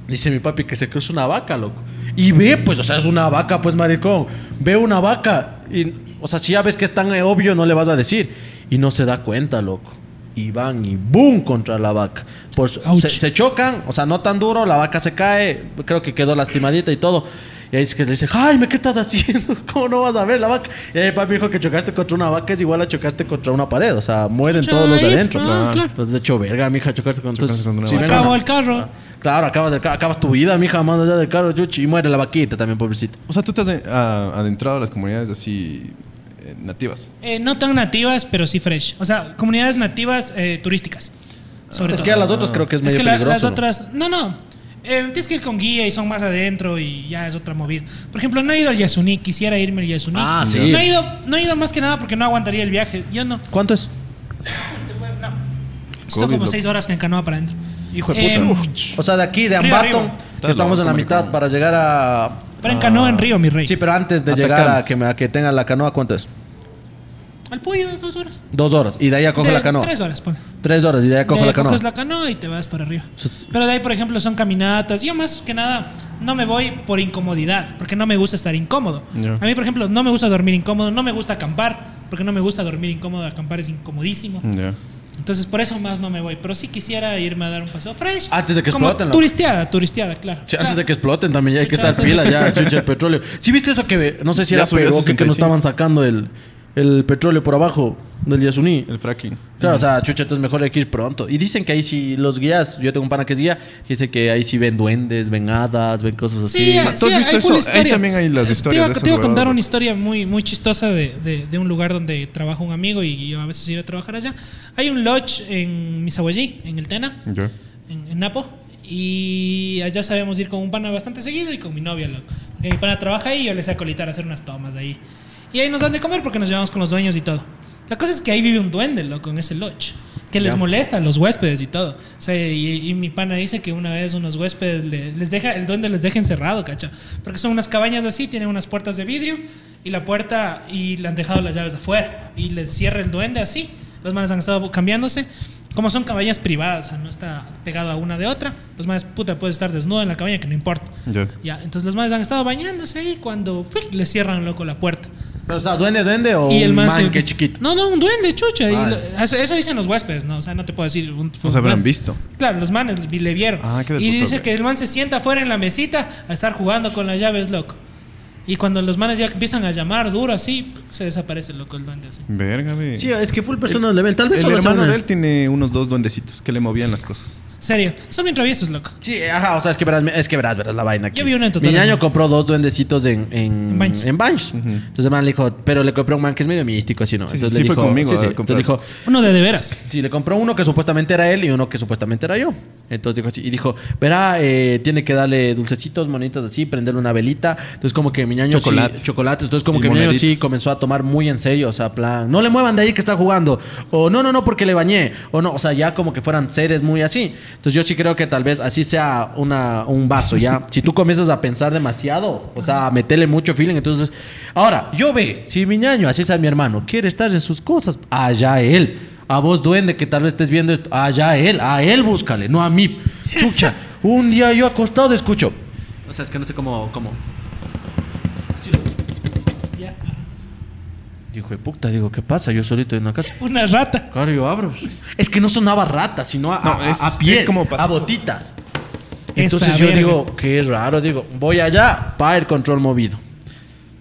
Speaker 3: Dice mi papi que se cruza una vaca, loco. Y ve, pues, o sea, es una vaca, pues, maricón. Ve una vaca. Y, o sea, si ya ves que es tan eh, obvio, no le vas a decir. Y no se da cuenta, loco. Y van y boom contra la vaca. Por su-
Speaker 2: Ouch.
Speaker 3: se, se chocan, o sea, no tan duro, la vaca se cae. Creo que quedó lastimadita y todo. Y ahí es que le dice, Jaime, ¿qué estás haciendo? ¿Cómo no vas a ver la vaca? Y ahí mi papi dijo que chocaste contra una vaca es igual a chocaste contra una pared. O sea, mueren
Speaker 2: Chucha,
Speaker 3: todos los de
Speaker 2: ahí,
Speaker 3: adentro.
Speaker 2: ah, claro.
Speaker 3: Entonces, de hecho, verga, mija, chocaste contra,
Speaker 1: Chocaste contra una
Speaker 3: Sí,
Speaker 1: vaca.
Speaker 3: venga, Ah.
Speaker 2: Acabó
Speaker 3: no.
Speaker 2: el carro.
Speaker 3: Claro, acabas, de- acabas tu vida, mija, manda ya del carro, chuchi. Y muere la vaquita también, pobrecita.
Speaker 1: O sea, tú te has eh, a- adentrado a las comunidades así eh, nativas.
Speaker 2: Eh, no tan nativas, pero sí fresh. O sea, comunidades nativas eh, turísticas. Sobre
Speaker 3: Es
Speaker 2: todo.
Speaker 3: que a las otras creo que es
Speaker 2: Es
Speaker 3: medio
Speaker 2: que la-
Speaker 3: peligroso.
Speaker 2: las
Speaker 3: ¿no?
Speaker 2: otras. No, no. Eh, tienes que ir con guía y son más adentro y ya es otra movida. Por ejemplo, no he ido al Yasuní, quisiera irme al Yasuní.
Speaker 3: Ah, sí.
Speaker 2: No he ido, no he ido más que nada porque no aguantaría el viaje. Yo no.
Speaker 3: ¿Cuánto es?
Speaker 2: Son
Speaker 1: COVID,
Speaker 2: como
Speaker 1: loco.
Speaker 2: seis horas que en canoa para adentro.
Speaker 3: Hijo de
Speaker 2: Eh,
Speaker 3: puta. o sea, de aquí, de
Speaker 2: arriba,
Speaker 3: Ambato,
Speaker 2: arriba.
Speaker 3: que estamos en la
Speaker 1: loco,
Speaker 3: mitad
Speaker 1: maricón.
Speaker 3: para llegar a.
Speaker 2: Pero en canoa en río, mi rey.
Speaker 3: Ah. Sí, pero antes de
Speaker 1: Atacamos.
Speaker 3: llegar a que, me- a que tenga la canoa, ¿cuánto es?
Speaker 2: Al pollo, dos horas.
Speaker 3: Dos horas. Y de ahí ya coge
Speaker 2: De-
Speaker 3: la canoa.
Speaker 2: Tres horas, pon.
Speaker 3: Tres horas y de ahí ya coge
Speaker 2: De-
Speaker 3: la canoa.
Speaker 2: Coges la canoa y te vas para arriba. Pero de ahí, por ejemplo, son caminatas. Yo más que nada no me voy por incomodidad, porque no me gusta estar incómodo.
Speaker 1: Ya.
Speaker 2: A mí, por ejemplo, no me gusta dormir incómodo, no me gusta acampar, porque no me gusta dormir incómodo, acampar es incomodísimo.
Speaker 3: Mm.
Speaker 1: Ya.
Speaker 2: Entonces, por eso más no me voy. Pero sí quisiera irme a dar un paseo fresh.
Speaker 3: Antes de que
Speaker 2: Como
Speaker 3: exploten, loco.
Speaker 2: Turisteada, turisteada, claro.
Speaker 3: Sí, antes de que exploten también ya hay que
Speaker 2: Chucha,
Speaker 3: estar
Speaker 2: antes de-
Speaker 3: pilas ya, chucha, el petróleo. ¿Sí viste eso que no sé si
Speaker 1: Ya
Speaker 3: era
Speaker 1: subió a
Speaker 3: Perú que- que
Speaker 1: 65.
Speaker 3: nos estaban sacando el, el petróleo por abajo del Yasuní?
Speaker 1: El fracking.
Speaker 3: Claro, o sea, chucha, entonces mejor hay que ir pronto. Y dicen que ahí sí los guías, yo tengo un pana que es guía, que dice que ahí sí ven duendes, ven hadas, ven cosas así.
Speaker 2: Sí, eh. ah,
Speaker 1: ¿Tú
Speaker 2: sí,
Speaker 1: has visto
Speaker 2: hay
Speaker 1: eso?
Speaker 2: full
Speaker 1: Ahí
Speaker 2: historia.
Speaker 1: también hay las
Speaker 2: Te
Speaker 1: historias
Speaker 2: iba-
Speaker 1: de esas
Speaker 2: Te iba a
Speaker 1: huevadas,
Speaker 2: contar
Speaker 1: loco.
Speaker 2: una historia muy, muy chistosa de, de- de un lugar donde trabaja un amigo y yo a veces ir a trabajar allá. Hay un lodge en Misahuallí, en el Tena,
Speaker 1: Ya.
Speaker 2: en, en Napo. Y allá sabemos ir con un pana bastante seguido y con mi novia, loco. Porque mi pana trabaja ahí y yo le saco litar a hacer unas tomas ahí. Y ahí nos dan de comer porque nos llevamos con los dueños y todo. La cosa es que ahí vive un duende, loco, en ese lodge. Que les
Speaker 3: Ya.
Speaker 2: molesta a los huéspedes y todo. O sea, y, y mi pana dice que una vez unos huéspedes le- les deja, el duende les deja encerrado, cacha. Porque son unas cabañas así, tienen unas puertas de vidrio y la puerta y le han dejado las llaves afuera. Y les cierra el duende así. Los manes han estado cambiándose. Como son cabañas privadas, o sea, no está pegado a una de otra. Los manes, puta, puede estar desnudo en la cabaña que no importa.
Speaker 1: Ya.
Speaker 2: Ya, entonces los manes han estado bañándose ahí cuando ¡fuic! le cierran, loco, la puerta.
Speaker 3: Pero, o sea, duende, duende o
Speaker 2: Y el
Speaker 3: un
Speaker 2: man,
Speaker 3: man,
Speaker 2: se-
Speaker 3: que chiquito.
Speaker 2: No, no, un duende, chucha. y
Speaker 3: Ah,
Speaker 2: lo-
Speaker 3: es-
Speaker 2: eso, eso dicen los huéspedes, ¿no? O sea, no te puedo decir. Un,
Speaker 1: O sea, habrán visto.
Speaker 2: Claro, los manes vi- le vieron.
Speaker 1: Ah, qué del
Speaker 2: y
Speaker 1: puto,
Speaker 2: dice
Speaker 1: güey.
Speaker 2: que el man se sienta afuera en la mesita a estar jugando con las llaves, loco. Y cuando los manes ya empiezan a llamar duro así, se desaparece, loco, el duende así.
Speaker 1: Verga, güey.
Speaker 3: Sí, es que full personas le ven. Tal vez
Speaker 1: el
Speaker 3: solo sea
Speaker 1: hermano
Speaker 3: una-
Speaker 1: de él tiene unos dos duendecitos que le movían las cosas.
Speaker 2: Serio, son bien traviesos, loco.
Speaker 3: Sí, ajá, o sea, es que verás, es que verás, verás la vaina. Aquí.
Speaker 2: Yo vi una en total.
Speaker 3: Mi ñaño compró dos duendecitos en, en,
Speaker 2: En Baños.
Speaker 3: en Baños. Entonces el man le dijo, pero le compró un man que es medio místico, así no.
Speaker 1: Sí, sí,
Speaker 3: Entonces
Speaker 1: sí
Speaker 3: le
Speaker 1: fue
Speaker 3: dijo,
Speaker 1: conmigo
Speaker 3: sí,
Speaker 1: a
Speaker 3: sí.
Speaker 1: comprar.
Speaker 3: Entonces dijo,
Speaker 2: Uno de de veras.
Speaker 3: sí, le compró uno que supuestamente era él y uno que supuestamente era yo. Entonces dijo así, y dijo, verá, eh, tiene que darle dulcecitos, monitos así, prenderle una velita. Entonces como que mi ñaño sí-
Speaker 1: Chocolate.
Speaker 3: chocolates. Entonces como
Speaker 1: Y
Speaker 3: que mi ñaño sí
Speaker 1: moneditas.
Speaker 3: comenzó a tomar muy en serio, o sea, plan, no le muevan de ahí que está jugando, o no, no, no, porque le bañé, o no, o sea, ya como que fueran seres muy así. Entonces yo sí creo que tal vez así sea una, un vaso, ya. si tú comienzas a pensar demasiado, o sea, a meterle mucho feeling, entonces, ahora, yo ve, si mi ñaño, así sea mi hermano, quiere estar en sus cosas, allá él. A vos, duende, que tal vez estés viendo esto, allá él, a él búscale, no a mí. Chucha, un día yo acostado escucho. O sea, es que no sé cómo, cómo,
Speaker 2: Ya.
Speaker 3: Dijo, puta, digo, ¿qué pasa? Yo solito en la casa.
Speaker 2: Una rata.
Speaker 3: Claro, yo abro. Es que no sonaba rata, sino a,
Speaker 1: No,
Speaker 3: a-
Speaker 1: es-
Speaker 3: a pies,
Speaker 1: es como pasa.
Speaker 3: a botitas.
Speaker 2: Esa
Speaker 3: Entonces yo
Speaker 2: verga.
Speaker 3: digo, qué raro, digo, voy allá para el control movido.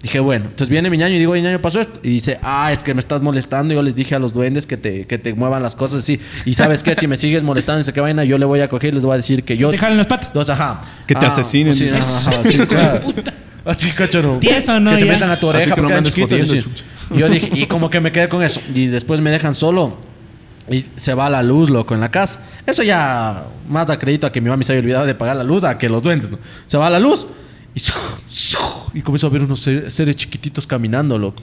Speaker 3: Dije, bueno, entonces viene mi ñaño y digo, oye, ñaño, pasó esto. Y dice, ah, es que me estás molestando. Yo les dije a los duendes que te, que te muevan las cosas así. Y sabes qué, si me sigues molestando, dice, qué vaina, yo le voy a coger y les voy a decir que yo.
Speaker 2: Te jalan las patas.
Speaker 3: Dos, ajá.
Speaker 1: Que te asesinen. Ah,
Speaker 3: Sí,
Speaker 2: Eso,
Speaker 3: ajá, sí,
Speaker 2: hijo de
Speaker 3: claro.
Speaker 2: puta.
Speaker 3: Así, cacho, no.
Speaker 2: Tieso, ¿no?
Speaker 3: Ah, Que se
Speaker 2: Ya.
Speaker 3: metan a tu
Speaker 1: Así
Speaker 3: oreja
Speaker 1: que no
Speaker 3: porque
Speaker 1: me
Speaker 3: eran
Speaker 1: andes
Speaker 3: chiquitos,
Speaker 1: jodiendo,
Speaker 3: así. Yo dije, y como que me quedé con eso. Y después me dejan solo. Y se va la luz, loco, en la casa. Eso ya más acredito a que mi mamá se había olvidado de pagar la luz a que los duendes, ¿no? Se va la luz y, y comienzo a ver unos ser- seres chiquititos caminando, loco.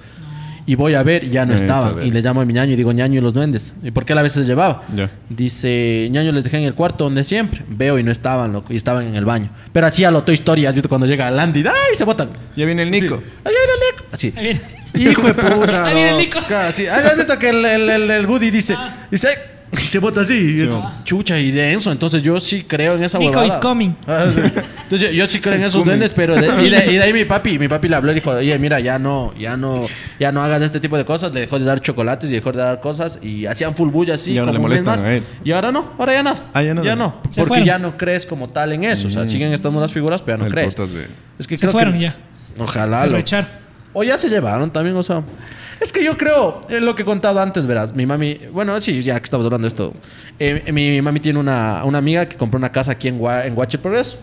Speaker 3: Y voy a ver, y ya no
Speaker 1: Esa
Speaker 3: estaban.
Speaker 1: verga.
Speaker 3: Y le llamo a mi ñaño y digo, ñaño y los duendes. ¿Y por qué a veces llevaba?
Speaker 1: Ya.
Speaker 3: Dice, ñaño, les dejé en el cuarto donde siempre. Veo y no estaban, loco. Y estaban en el baño. Pero así a lo Toy Story, ¿has visto cuando llega Landy? ¡Ay, se botan!
Speaker 1: Ya viene el Nico.
Speaker 3: Sí. ¡Ay, viene el Nico! Así.
Speaker 2: Ahí viene.
Speaker 3: Hijo de puta.
Speaker 2: Ahí viene
Speaker 3: loco.
Speaker 2: Nico. Ah.
Speaker 3: Claro, sí. Ahí has visto que el, el, el- el Woody dice, dice, "Ay", y se bota así. y es
Speaker 1: Sí.
Speaker 3: chucha y denso. Entonces yo sí creo en esa
Speaker 2: Nico
Speaker 3: huevada.
Speaker 2: is coming.
Speaker 3: Ah, sí. Entonces yo, yo sí creo en
Speaker 1: Is
Speaker 3: esos
Speaker 1: coming.
Speaker 3: duendes, pero de- y, de, y de ahí mi papi, mi papi le habló y dijo, oye, mira, ya no, ya no, ya no hagas este tipo de cosas. Le dejó de dar chocolates y dejó de dar cosas y hacían full bulla así.
Speaker 1: Y ahora
Speaker 3: como
Speaker 1: le
Speaker 3: un mes
Speaker 1: molestan
Speaker 3: más.
Speaker 1: a él.
Speaker 3: Y ahora no, ahora ya nada.
Speaker 1: Ah, ya no.
Speaker 3: Ya no.
Speaker 2: Se
Speaker 3: Porque
Speaker 2: fueron.
Speaker 3: ya no crees como tal en eso. O sea, siguen estando las figuras, pero ya no
Speaker 1: El
Speaker 3: crees.
Speaker 1: potas, güey.
Speaker 3: Es que
Speaker 2: Se
Speaker 3: creo que-
Speaker 2: fueron ya.
Speaker 3: Ojalá.
Speaker 2: Se
Speaker 3: loco.
Speaker 2: rechar.
Speaker 3: O ya se llevaron también, o sea. Es que yo creo, es lo que he contado antes, verás. Mi mami, bueno, sí, ya que estamos hablando de esto. Eh, mi, mami tiene una, una amiga que compró una casa aquí en, Gua- en Guache Progreso.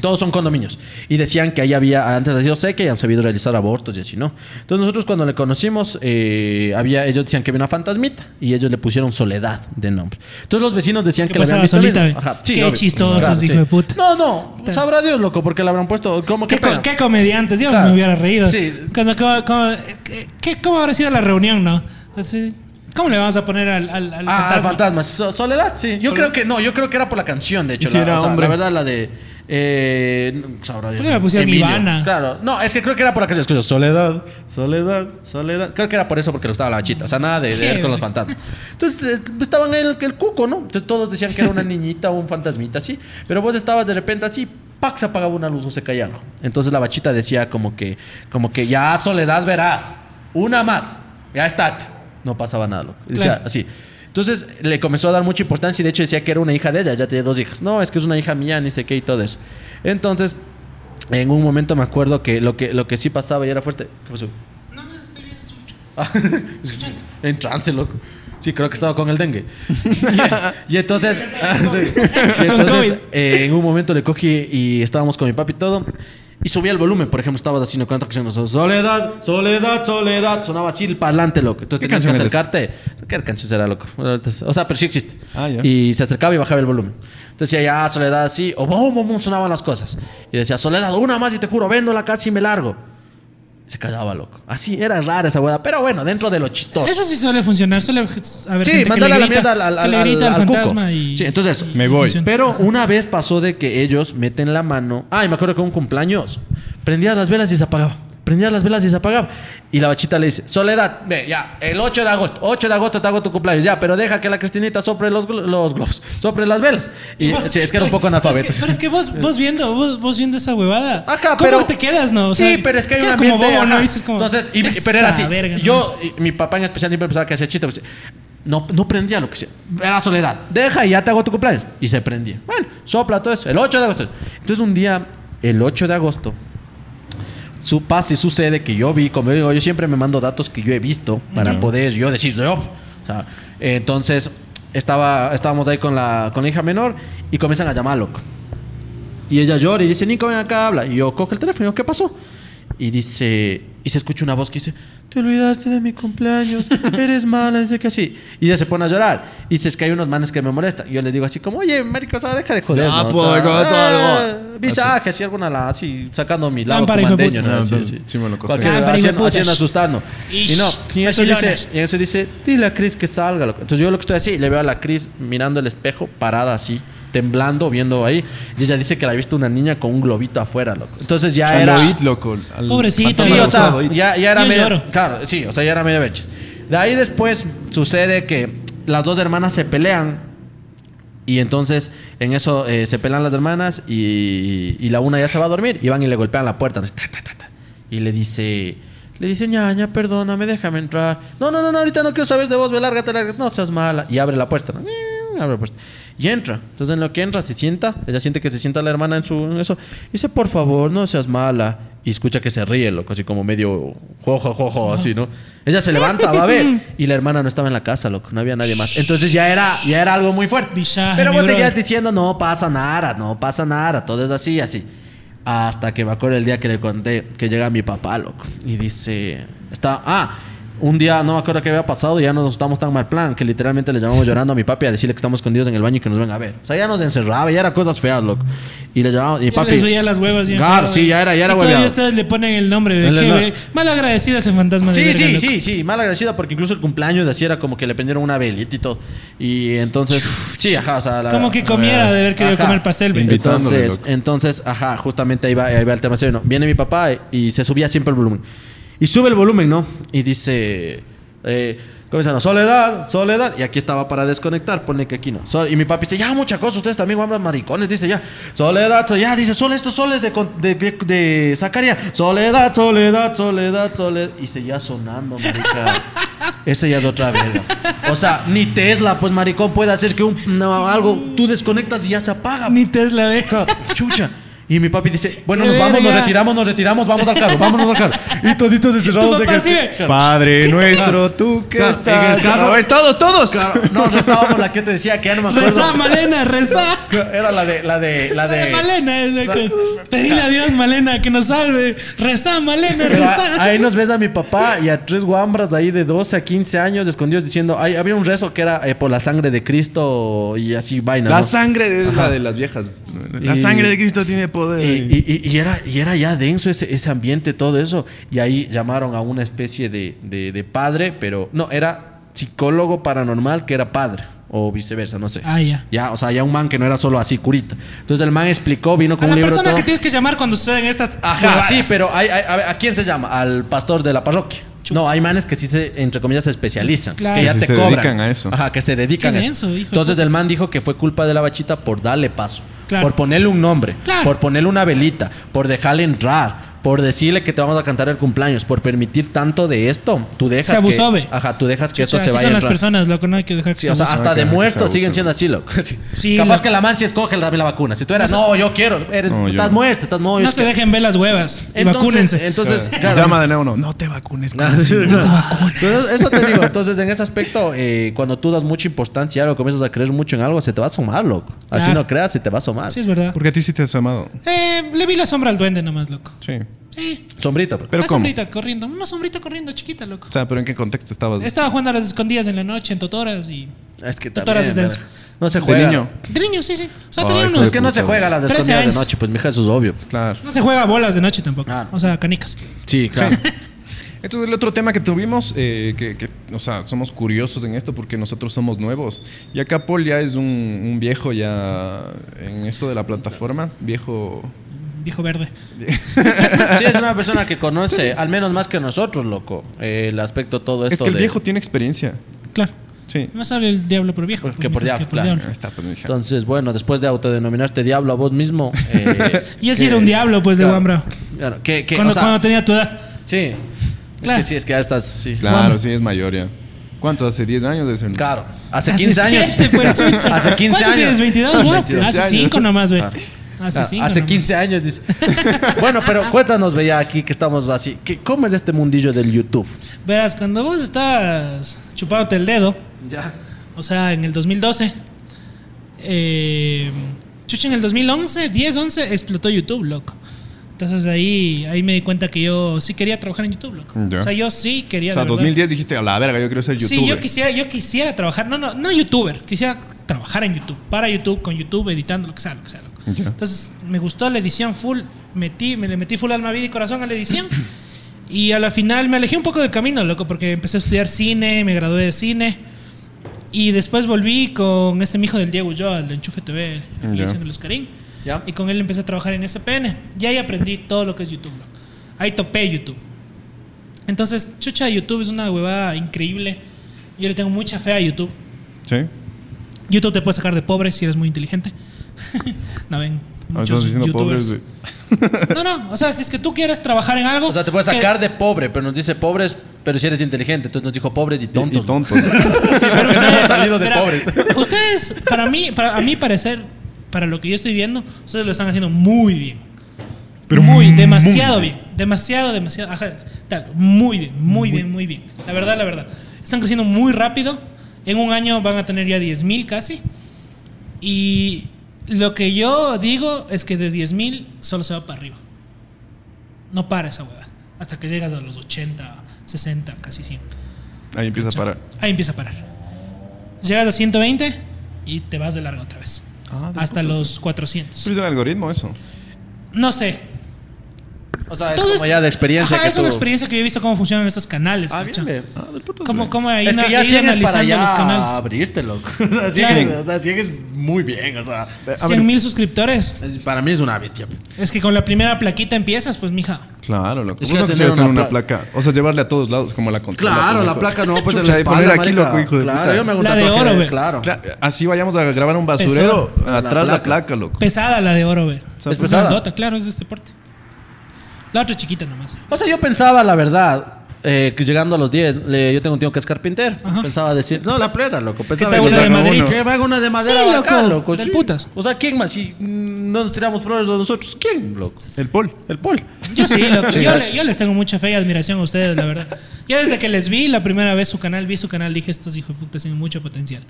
Speaker 3: Todos son condominios. Y decían que ahí había, antes ha sido seca y han sabido realizar abortos y así, ¿no? Entonces nosotros cuando le conocimos, eh, había, ellos decían que había una fantasmita y ellos le pusieron Soledad de nombre. Entonces los vecinos decían
Speaker 2: ¿Qué
Speaker 3: que la habían
Speaker 2: pasaba
Speaker 3: visto
Speaker 2: solita?
Speaker 3: linda. Ajá,
Speaker 2: Qué
Speaker 3: obvio.
Speaker 2: chistosos, hijo de puta.
Speaker 3: No, no, sabrá Dios, loco, porque le habrán puesto. ¿Cómo que
Speaker 2: ¿Qué, co-
Speaker 3: pena?
Speaker 2: qué comediantes? Yo
Speaker 3: Claro.
Speaker 2: me hubiera reído.
Speaker 3: Sí.
Speaker 2: Cuando- como- como- ¿qué- qué- ¿Cómo habrá sido la reunión, no? Así, ¿Cómo le vamos a poner al, al- al
Speaker 3: Ah,
Speaker 2: fantasma?
Speaker 3: fantasmas. So- Soledad, sí. Yo creo que no, yo creo que era por la canción, de hecho.
Speaker 1: ¿Y si
Speaker 3: la,
Speaker 1: era
Speaker 3: o sea,
Speaker 1: hombre?
Speaker 3: la verdad, la de. Eh, no, sabrá Dios.
Speaker 2: ¿Por qué me pusieron
Speaker 3: Emilio.
Speaker 2: Ivana?
Speaker 3: Claro. No, es que creo que era por la canción. Escucho, Soledad, Soledad, Soledad. Creo que era por eso porque le gustaba la bachita. O sea, nada de, de
Speaker 2: Qué
Speaker 3: ver con los
Speaker 2: bueno.
Speaker 3: fantasmas. Entonces eh, estaban en el, el cuco, ¿no? Entonces todos decían que era una niñita o un fantasmita así. Pero vos estabas de repente así. ¡Pac! Se apagaba una luz o se caía algo. Entonces la bachita decía como que, como que ya Soledad verás. Una más. Ya está. No pasaba nada, loco. Y decía
Speaker 2: Claro.
Speaker 3: así. Entonces le comenzó a dar mucha importancia y de hecho decía que era una hija de ella, ya tenía dos hijas. No, es que es una hija mía, ni sé qué y todo eso. Entonces, en un momento me acuerdo que lo que, lo que sí pasaba y era fuerte. ¿Qué pasó?
Speaker 2: No, no, estoy bien, escucha.
Speaker 3: Ah, en trance, loco. Sí, creo que estaba con el dengue. y, entonces, ah, sí. Y entonces, eh, en un momento le cogí y estábamos con mi papi y todo. Y subía el volumen, por ejemplo, estabas así, no con otra canción, nosotros, soledad, soledad, soledad, sonaba así el parlante, loco. Entonces
Speaker 1: ¿Qué
Speaker 3: tenías que
Speaker 1: canción es esa?
Speaker 3: acercarte. ¿Qué canción será, loco? O sea, pero sí existe.
Speaker 1: Ah, ya.
Speaker 3: Y se acercaba y bajaba el volumen. Entonces decía, ya, soledad, así, o bum, bum, bum, sonaban las cosas. Y decía, soledad, una más y te juro, vendo la casa y me largo se callaba, loco. Así era rara esa hueá, pero bueno, dentro de lo chistoso.
Speaker 2: Eso sí suele funcionar, suele haber
Speaker 3: Sí,
Speaker 2: gente que le
Speaker 3: mandale a la
Speaker 2: grita-
Speaker 3: mierda al, al-
Speaker 2: que le
Speaker 3: al-
Speaker 2: grita al
Speaker 3: al cuco.
Speaker 2: fantasma y...
Speaker 3: Sí, entonces,
Speaker 1: Me voy.
Speaker 2: funciona.
Speaker 3: pero una vez pasó de que ellos meten la mano. Ay, me acuerdo que un cumpleaños prendías las velas y se apagaba. Prendías las velas y se apagaba. Y la bachita le dice: Soledad, ve, ya, el 8 de agosto, 8 de agosto te hago tu cumpleaños, ya, pero deja que la Cristinita sopre los, glo- los globos, sopre las velas. Y sí, es que era un poco analfabeto.
Speaker 2: Es que- pero es que vos, vos viendo, vos, vos viendo esa huevada.
Speaker 3: Ajá,
Speaker 2: ¿Cómo
Speaker 3: pero-
Speaker 2: te quedas, no? O sea,
Speaker 3: sí, pero es que
Speaker 2: te
Speaker 3: hay un
Speaker 2: quedas
Speaker 3: ambiente,
Speaker 2: como bobo,
Speaker 3: ajá.
Speaker 2: no dices como.
Speaker 3: Entonces, y-
Speaker 2: "Esa
Speaker 3: pero era así.
Speaker 2: verga, no
Speaker 3: yo,
Speaker 2: sé".
Speaker 3: y mi papá en especial siempre pensaba que hacía chiste. pues, no, no prendía lo que sea. Era soledad. Deja y ya te hago tu cumpleaños. Y se prendía. Bueno, sopla todo eso. El 8 de agosto. Entonces un día, el 8 de agosto, su pasa y sucede que yo vi, como yo digo, yo siempre me mando datos que yo he visto para poder yo decir, no. O sea, entonces estaba, estábamos ahí con la, con la hija menor y comienzan a llamar loco. Y ella llora y dice, Nico, ven acá, habla. Y yo cojo el teléfono y digo, ¿qué pasó? Y dice, y se escucha una voz que dice, te olvidaste de mi cumpleaños, eres mala, dice que así. Y ella se pone a llorar. Y dice, es que hay unos manes que me molestan. Y yo les digo así como, oye, marico, o sea, deja de joder.
Speaker 4: Ya,
Speaker 3: ¿no? O
Speaker 4: pues, con
Speaker 3: sea,
Speaker 4: todo
Speaker 3: ah,
Speaker 4: algo.
Speaker 3: Visaje, así alguna, la- así, sacando mi lado
Speaker 2: Lámpara, hijo de
Speaker 3: comandeño.
Speaker 1: puta.
Speaker 3: ¿no? Así,
Speaker 1: Ah,
Speaker 3: así.
Speaker 1: sí me lo costé.
Speaker 3: Cualquier-
Speaker 2: Lámpara, hijo de
Speaker 3: haciendo,
Speaker 2: putas.
Speaker 3: haciendo asustando. Y
Speaker 2: Ish,
Speaker 3: no, y eso dice,
Speaker 2: pechilones.
Speaker 3: y eso dice, dile a Cris que salga. loco". Entonces yo lo que estoy así, le veo a la Cris mirando el espejo, parada así, temblando, viendo ahí. Y ella dice que la ha visto una niña con un globito afuera, loco. Entonces ya
Speaker 1: Al
Speaker 3: era.
Speaker 1: Oid, loco. al
Speaker 2: Pobrecito.
Speaker 1: fantasma
Speaker 3: Sí,
Speaker 1: del
Speaker 3: o sea,
Speaker 1: Oid.
Speaker 3: ya, ya era
Speaker 2: Yo
Speaker 3: medio.
Speaker 2: lloro.
Speaker 3: Claro, sí, o sea, ya era medio berchis. De ahí después sucede que las dos hermanas se pelean. Y entonces en eso eh, se pelan las hermanas y, y la una ya se va a dormir y van y le golpean la puerta. Entonces, ta, ta, ta, ta. y le dice, le dice, ñaña, perdóname, déjame entrar. No, no, no, no, ahorita no quiero saber de vos, ve, lárgate, lárgate, no seas mala. Y abre la puerta. ¿no? Mm, Abre la puerta. Y entra. Entonces en lo que entra se sienta, ella siente que se sienta la hermana en su en eso. Dice, por favor, no seas mala. Y escucha que se ríe, loco, así como medio jojo, jojo, así, ¿no? Ella se levanta, va a ver. Y la hermana no estaba en la casa, loco, no había nadie más. Entonces ya era, ya era algo muy fuerte.
Speaker 2: Visaje,
Speaker 3: Pero
Speaker 2: mi
Speaker 3: vos seguías
Speaker 2: brother.
Speaker 3: diciendo, no pasa nada, no pasa nada, todo es así, así. Hasta que me acuerdo el día que le conté que llega mi papá, loco, y dice, está, ah, un día no me acuerdo qué había pasado, ya nos estamos tan mal plan, que literalmente le llamamos llorando a mi papi a decirle que estamos escondidos en el baño y que nos venga a ver. O sea, ya nos encerraba, ya era cosas feas, loco. Y le llamamos, y
Speaker 2: Ya les
Speaker 3: papi...
Speaker 2: veía las huevas bien.
Speaker 3: Claro,
Speaker 2: feo,
Speaker 3: sí, ya era- ya era
Speaker 2: y Todavía
Speaker 3: hueveado.
Speaker 2: ustedes le ponen el nombre.
Speaker 3: No,
Speaker 2: De
Speaker 3: no, no.
Speaker 2: Mal agradecida ese fantasma de
Speaker 3: Sí,
Speaker 2: verga,
Speaker 3: sí,
Speaker 2: loco.
Speaker 3: sí, sí, mal agradecida porque incluso el cumpleaños de así era como que le prendieron una velita y todo. Y entonces, sí, ajá, o sea, la-
Speaker 2: Como que comiera de haber querido
Speaker 3: Ajá.
Speaker 2: comer pastel,
Speaker 1: Invita-
Speaker 2: güey.
Speaker 1: Invitándole,
Speaker 3: Entonces,
Speaker 1: loco.
Speaker 3: entonces, ajá, justamente ahí va, ahí va el tema serio, ¿no? Viene mi papá y se subía siempre el volumen. Y sube el volumen, ¿no? Y dice, eh, comienza, ¿no? Soledad, soledad. Y aquí estaba para desconectar, pone que aquí no. So- y mi papi dice, ya, mucha cosa, ustedes también hablan maricones, dice, ya, soledad, so- ya, dice, son estos soles de, con- de, de, de Zacarías. Soledad, soledad, soledad, soledad. Y seguía sonando, marica. Esa ya es otra verga. O sea, ni Tesla, pues maricón, puede hacer que un, no, algo tú desconectas y ya se apaga.
Speaker 2: Ni Tesla ve.
Speaker 3: Ca- chucha. Y mi papi dice, bueno,
Speaker 2: ¡Qué
Speaker 3: nos vamos, nos
Speaker 2: verga!
Speaker 3: retiramos, nos retiramos, vamos al carro, vámonos al carro. Y toditos encerrados
Speaker 2: Tu
Speaker 3: en
Speaker 2: papá
Speaker 3: el-
Speaker 2: sí ve.
Speaker 1: Padre nuestro, tú que
Speaker 3: Claro, en
Speaker 1: estás.
Speaker 3: el carro.
Speaker 1: A ver, todos, todos.
Speaker 3: Claro, No, rezábamos la que te decía que ya no me
Speaker 2: Rezá,
Speaker 3: acuerdo.
Speaker 2: Malena, rezá.
Speaker 3: Era la de, la de, la de.
Speaker 2: Malena, es la que- pedile a Dios, Malena, que nos salve. Rezá, Malena,
Speaker 3: Era-
Speaker 2: rezá.
Speaker 3: ahí nos ves a mi papá y a tres guambras ahí de 12 a 15 años escondidos diciendo, ay, había un rezo que era eh, por la sangre de Cristo y así vaina.
Speaker 1: La
Speaker 3: ¿no?
Speaker 1: sangre de la de las viejas. La
Speaker 3: Y-
Speaker 1: sangre de Cristo tiene poder.
Speaker 3: Y, y- y- y era, y era ya denso ese, ese ambiente, todo eso. Y ahí llamaron a una especie de, de- de padre, pero no, era psicólogo paranormal que era padre. O viceversa, no sé.
Speaker 2: Ah, ya.
Speaker 3: o sea, ya un man que no era solo así, curita. Entonces el man explicó, vino
Speaker 2: A
Speaker 3: con
Speaker 2: la
Speaker 3: un libro.
Speaker 2: persona
Speaker 3: todo.
Speaker 2: que tienes que llamar cuando suceden estas.
Speaker 3: Ajá,
Speaker 2: huevadas.
Speaker 3: sí, pero hay- hay- a, ver, ¿a quién se llama? Al pastor de la parroquia. No, hay manes que sí se, entre comillas, se especializan.
Speaker 2: Claro.
Speaker 3: Que ya
Speaker 1: Que
Speaker 3: te
Speaker 1: se
Speaker 3: cobran.
Speaker 1: dedican a eso.
Speaker 3: Ajá, que se dedican
Speaker 2: Qué
Speaker 3: a eso.
Speaker 2: denso, hijo de
Speaker 3: Entonces el man dijo que fue culpa de la bachita por darle paso.
Speaker 2: Claro.
Speaker 3: Por ponerle un nombre.
Speaker 2: Claro.
Speaker 3: Por ponerle una velita. Por dejarle entrar. Por decirle que te vamos a cantar el cumpleaños. Por permitir tanto de esto. Tú dejas
Speaker 2: Se abusó,
Speaker 3: que,
Speaker 2: ve.
Speaker 3: Ajá, tú dejas que
Speaker 2: O sea,
Speaker 3: esto
Speaker 2: así
Speaker 3: se vaya
Speaker 2: son
Speaker 3: a
Speaker 2: las
Speaker 3: entrar.
Speaker 2: personas, loco, no hay que dejar que
Speaker 3: Sí,
Speaker 2: se
Speaker 3: o sea,
Speaker 2: abusen.
Speaker 3: hasta
Speaker 1: Ah, que
Speaker 3: de
Speaker 1: se
Speaker 3: muertos
Speaker 1: abusen.
Speaker 3: siguen siendo así, loco. Sí.
Speaker 2: Sí,
Speaker 3: Capaz
Speaker 2: loco.
Speaker 3: que la mancha escoge la, la vacuna. Si tú eras, no, yo quiero. Eres,
Speaker 1: No, yo
Speaker 3: estás
Speaker 1: no.
Speaker 3: muerto, estás no, yo
Speaker 2: No
Speaker 3: es
Speaker 2: se
Speaker 3: que-
Speaker 2: dejen ver las huevas y
Speaker 3: Entonces-
Speaker 2: vacúnense.
Speaker 3: Entonces, claro.
Speaker 1: Llama de nuevo, no. No te vacunes.
Speaker 3: Ah, sí, no. Entonces, eso te digo. Entonces, en ese aspecto, eh, cuando tú das mucha importancia a algo, comienzas a creer mucho en algo, se te va a asomar, loco. Así
Speaker 2: Claro.
Speaker 3: no creas, se te va a asomar.
Speaker 2: Sí, es verdad.
Speaker 1: Porque a ti sí te has amado.
Speaker 2: Eh, le vi la sombra al duende nomás, loco.
Speaker 1: Sí.
Speaker 2: Sí.
Speaker 3: Sombrita, bro.
Speaker 1: Pero
Speaker 2: una
Speaker 1: ¿cómo?
Speaker 2: sombrita corriendo, una sombrita corriendo, chiquita, loco.
Speaker 1: O sea, pero ¿en qué contexto estabas?
Speaker 2: Estaba jugando a las escondidas en la noche en Totoras y.
Speaker 3: Es que
Speaker 2: Totoras es
Speaker 3: también,
Speaker 2: denso.
Speaker 3: pero- No se
Speaker 1: De
Speaker 3: juega. pues,
Speaker 1: niño.
Speaker 2: De niño, sí, sí. O sea,
Speaker 1: Ay,
Speaker 2: tenía
Speaker 1: hijo
Speaker 2: unos.
Speaker 1: de
Speaker 3: Es que no se
Speaker 1: Puta,
Speaker 3: juega a las
Speaker 2: 13
Speaker 3: escondidas de
Speaker 2: años.
Speaker 3: noche, pues mija, eso es obvio.
Speaker 1: Claro.
Speaker 2: No se juega a bolas de noche tampoco.
Speaker 3: Claro.
Speaker 2: O sea, canicas.
Speaker 3: Sí, claro.
Speaker 1: Entonces el otro tema que tuvimos, eh, que, que, o sea, somos curiosos en esto porque nosotros somos nuevos. Y acá Paul ya es un, un viejo ya en esto de la plataforma, viejo...
Speaker 2: Viejo verde.
Speaker 3: Sí, es una persona que conoce, al menos más que nosotros, loco, eh, el aspecto todo esto
Speaker 1: Es que el
Speaker 3: de-
Speaker 1: viejo tiene experiencia.
Speaker 2: Claro.
Speaker 1: Sí.
Speaker 2: Más sabe el diablo por viejo.
Speaker 3: Porque
Speaker 2: pues,
Speaker 3: por
Speaker 2: mijo,
Speaker 3: diablo,
Speaker 2: que
Speaker 3: claro.
Speaker 1: Ahí está, pues, mija.
Speaker 3: Entonces, bueno, después de autodenominarte diablo a vos mismo... eh,
Speaker 2: Y ese
Speaker 3: que-
Speaker 2: era un diablo, pues, de
Speaker 3: claro,
Speaker 2: Wambra.
Speaker 3: Claro, que, que,
Speaker 2: Cuando,
Speaker 3: o sea,
Speaker 2: cuando tenía tu edad.
Speaker 3: Sí.
Speaker 2: Claro.
Speaker 3: Es que sí, es que ya estás... Sí.
Speaker 1: Claro, sí, es mayor ya. ¿Cuánto? ¿Hace 10 años? de ser-
Speaker 3: Claro. Hace 15 años.
Speaker 2: siete, pues, chucha.
Speaker 3: Hace 15
Speaker 2: ¿Cuánto
Speaker 3: años.
Speaker 2: tienes, 22?
Speaker 1: Hace
Speaker 2: güey?
Speaker 1: 22
Speaker 2: Hace
Speaker 1: años.
Speaker 2: 5 nomás, güey.
Speaker 3: Claro.
Speaker 2: Hace Ah.
Speaker 3: Ah,
Speaker 2: 5.
Speaker 3: hace 15 años, dice. bueno, pero cuéntanos, veía aquí que estamos así. que ¿Cómo es este mundillo del YouTube?
Speaker 2: Verás, cuando vos estás chupándote el dedo,
Speaker 3: Ya.
Speaker 2: o sea, en el 2012, eh, chucha, en el 2011, 10, 11, explotó YouTube, loco. Entonces ahí, ahí me di cuenta que yo sí quería trabajar en YouTube, loco.
Speaker 1: Ya.
Speaker 2: O sea, yo sí quería.
Speaker 1: O sea,
Speaker 2: de verdad.
Speaker 1: 2010 dijiste, a la verga, yo quiero ser youtuber.
Speaker 2: Sí, yo quisiera, yo quisiera trabajar, no, no, no youtuber, quisiera trabajar en YouTube, para YouTube, con YouTube, editando, lo que sea, lo que sea. loco.
Speaker 1: Ya.
Speaker 2: Entonces me gustó la edición full, metí, me le metí full alma, vida y corazón a la edición. Y a la final me alejé un poco del camino, loco, porque empecé a estudiar cine, me gradué de cine. Y después volví con este mijo del Diego Ulloa, el de Enchufe TV,
Speaker 1: Ya.
Speaker 2: el de los Karim.
Speaker 3: Ya.
Speaker 2: Y con él empecé a trabajar en SPN. Y ahí aprendí todo lo que es YouTube. loco. Ahí topé YouTube. Entonces, chucha, YouTube es una huevada increíble. Yo le tengo mucha fe a YouTube.
Speaker 1: Sí. Ah,
Speaker 2: YouTube te puede sacar de pobre si eres muy inteligente. no ven.
Speaker 1: Ah, estamos
Speaker 2: muchos
Speaker 1: diciendo
Speaker 2: youtubers.
Speaker 1: pobres. güey.
Speaker 2: No, no. O sea, si es que tú quieres trabajar en algo.
Speaker 3: O sea, te puedes
Speaker 2: que-
Speaker 3: sacar de pobre, pero nos dice pobres, pero si eres inteligente. Entonces nos dijo pobres y
Speaker 1: Y, y
Speaker 3: tontos.
Speaker 1: tontos.
Speaker 3: Sí, pero ustedes hemos salido de
Speaker 2: Verá,
Speaker 3: pobres.
Speaker 2: Ustedes, para mí, para, a mi parecer, para lo que yo estoy viendo, ustedes lo están haciendo muy bien. Pero muy, demasiado bien. Demasiado, demasiado. Ajá, tal, muy bien, muy, bien, muy bien. La verdad, la verdad. Están creciendo muy rápido. En un año van a tener ya 10.000 casi. Y lo que yo digo es que de 10.000 solo se va para arriba. No para esa hueá. Hasta que llegas a los 80, 60, casi 100.
Speaker 1: Ahí empieza a parar.
Speaker 2: Ahí empieza a parar. Llegas a 120 y te vas de largo otra vez.
Speaker 1: Ah, de
Speaker 2: Hasta
Speaker 1: puta.
Speaker 2: los 400.
Speaker 1: Pues, ¿Es el algoritmo eso?
Speaker 2: No sé.
Speaker 3: O sea, es
Speaker 2: Todo
Speaker 3: como ya de experiencia
Speaker 2: Ajá,
Speaker 3: que
Speaker 2: es una
Speaker 3: tú-
Speaker 2: experiencia que yo he visto cómo funcionan estos canales.
Speaker 3: Ah,
Speaker 2: ¿cacha?
Speaker 3: bien, ve.
Speaker 2: Cómo, cómo ahí
Speaker 3: Es
Speaker 2: na-
Speaker 3: que ya
Speaker 2: E ir
Speaker 3: sigues para
Speaker 2: analizando
Speaker 3: ya
Speaker 2: los canales.
Speaker 3: abrirte, loco. O
Speaker 2: Claro.
Speaker 3: sea, sigues, o sea, sigues muy bien. O sea,
Speaker 2: 100 mil suscriptores.
Speaker 3: es- para mí es una bestia.
Speaker 2: Es que con la primera plaquita empiezas, pues, mija.
Speaker 1: Claro, loco.
Speaker 3: Es
Speaker 1: Vos
Speaker 3: que
Speaker 1: no
Speaker 3: tener
Speaker 1: quisieras tener
Speaker 3: una
Speaker 1: una placa. O sea, llevarle a todos lados, como la controla.
Speaker 3: Claro,
Speaker 1: pues,
Speaker 3: la
Speaker 1: loco.
Speaker 3: placa no, pues en
Speaker 1: Chucha,
Speaker 3: la
Speaker 1: y
Speaker 3: espalda,
Speaker 1: poner aquí,
Speaker 3: marica.
Speaker 1: loco, hijo de
Speaker 3: Claro,
Speaker 1: puta.
Speaker 3: yo me hago un
Speaker 2: La de
Speaker 3: tatuaje
Speaker 2: oro, ve.
Speaker 3: Claro.
Speaker 1: Claro, así vayamos a grabar un basurero,
Speaker 3: Pesado.
Speaker 1: atrás
Speaker 3: La
Speaker 1: la
Speaker 3: placa.
Speaker 1: placa, loco.
Speaker 2: Pesada la de oro, ve.
Speaker 1: sea,
Speaker 3: Es pesada.
Speaker 2: grandota, claro, es de este porte. La otra chiquita nomás.
Speaker 3: O sea, yo pensaba, la verdad, eh, que llegando a los 10, le- yo tengo un tío que es carpintero. Pensaba decir, no, la plena, loco. Pensaba
Speaker 2: te hago
Speaker 3: decir,
Speaker 2: una de Madrid?
Speaker 3: Que me haga una de madera.
Speaker 2: Sí,
Speaker 3: bacán,
Speaker 2: loco,
Speaker 3: loco.
Speaker 2: del
Speaker 3: sí.
Speaker 2: putas.
Speaker 3: O sea, ¿quién más? Si mm, no nos tiramos flores a nosotros, ¿quién, loco?
Speaker 1: El Paul.
Speaker 3: El Paul.
Speaker 2: Yo sí, loco.
Speaker 3: Sí,
Speaker 2: yo,
Speaker 3: gracias.
Speaker 2: le- yo les tengo mucha fe y admiración a ustedes, la verdad. Yo desde que les vi la primera vez su canal, vi su canal, dije, estos hijos de puta tienen mucho potencial.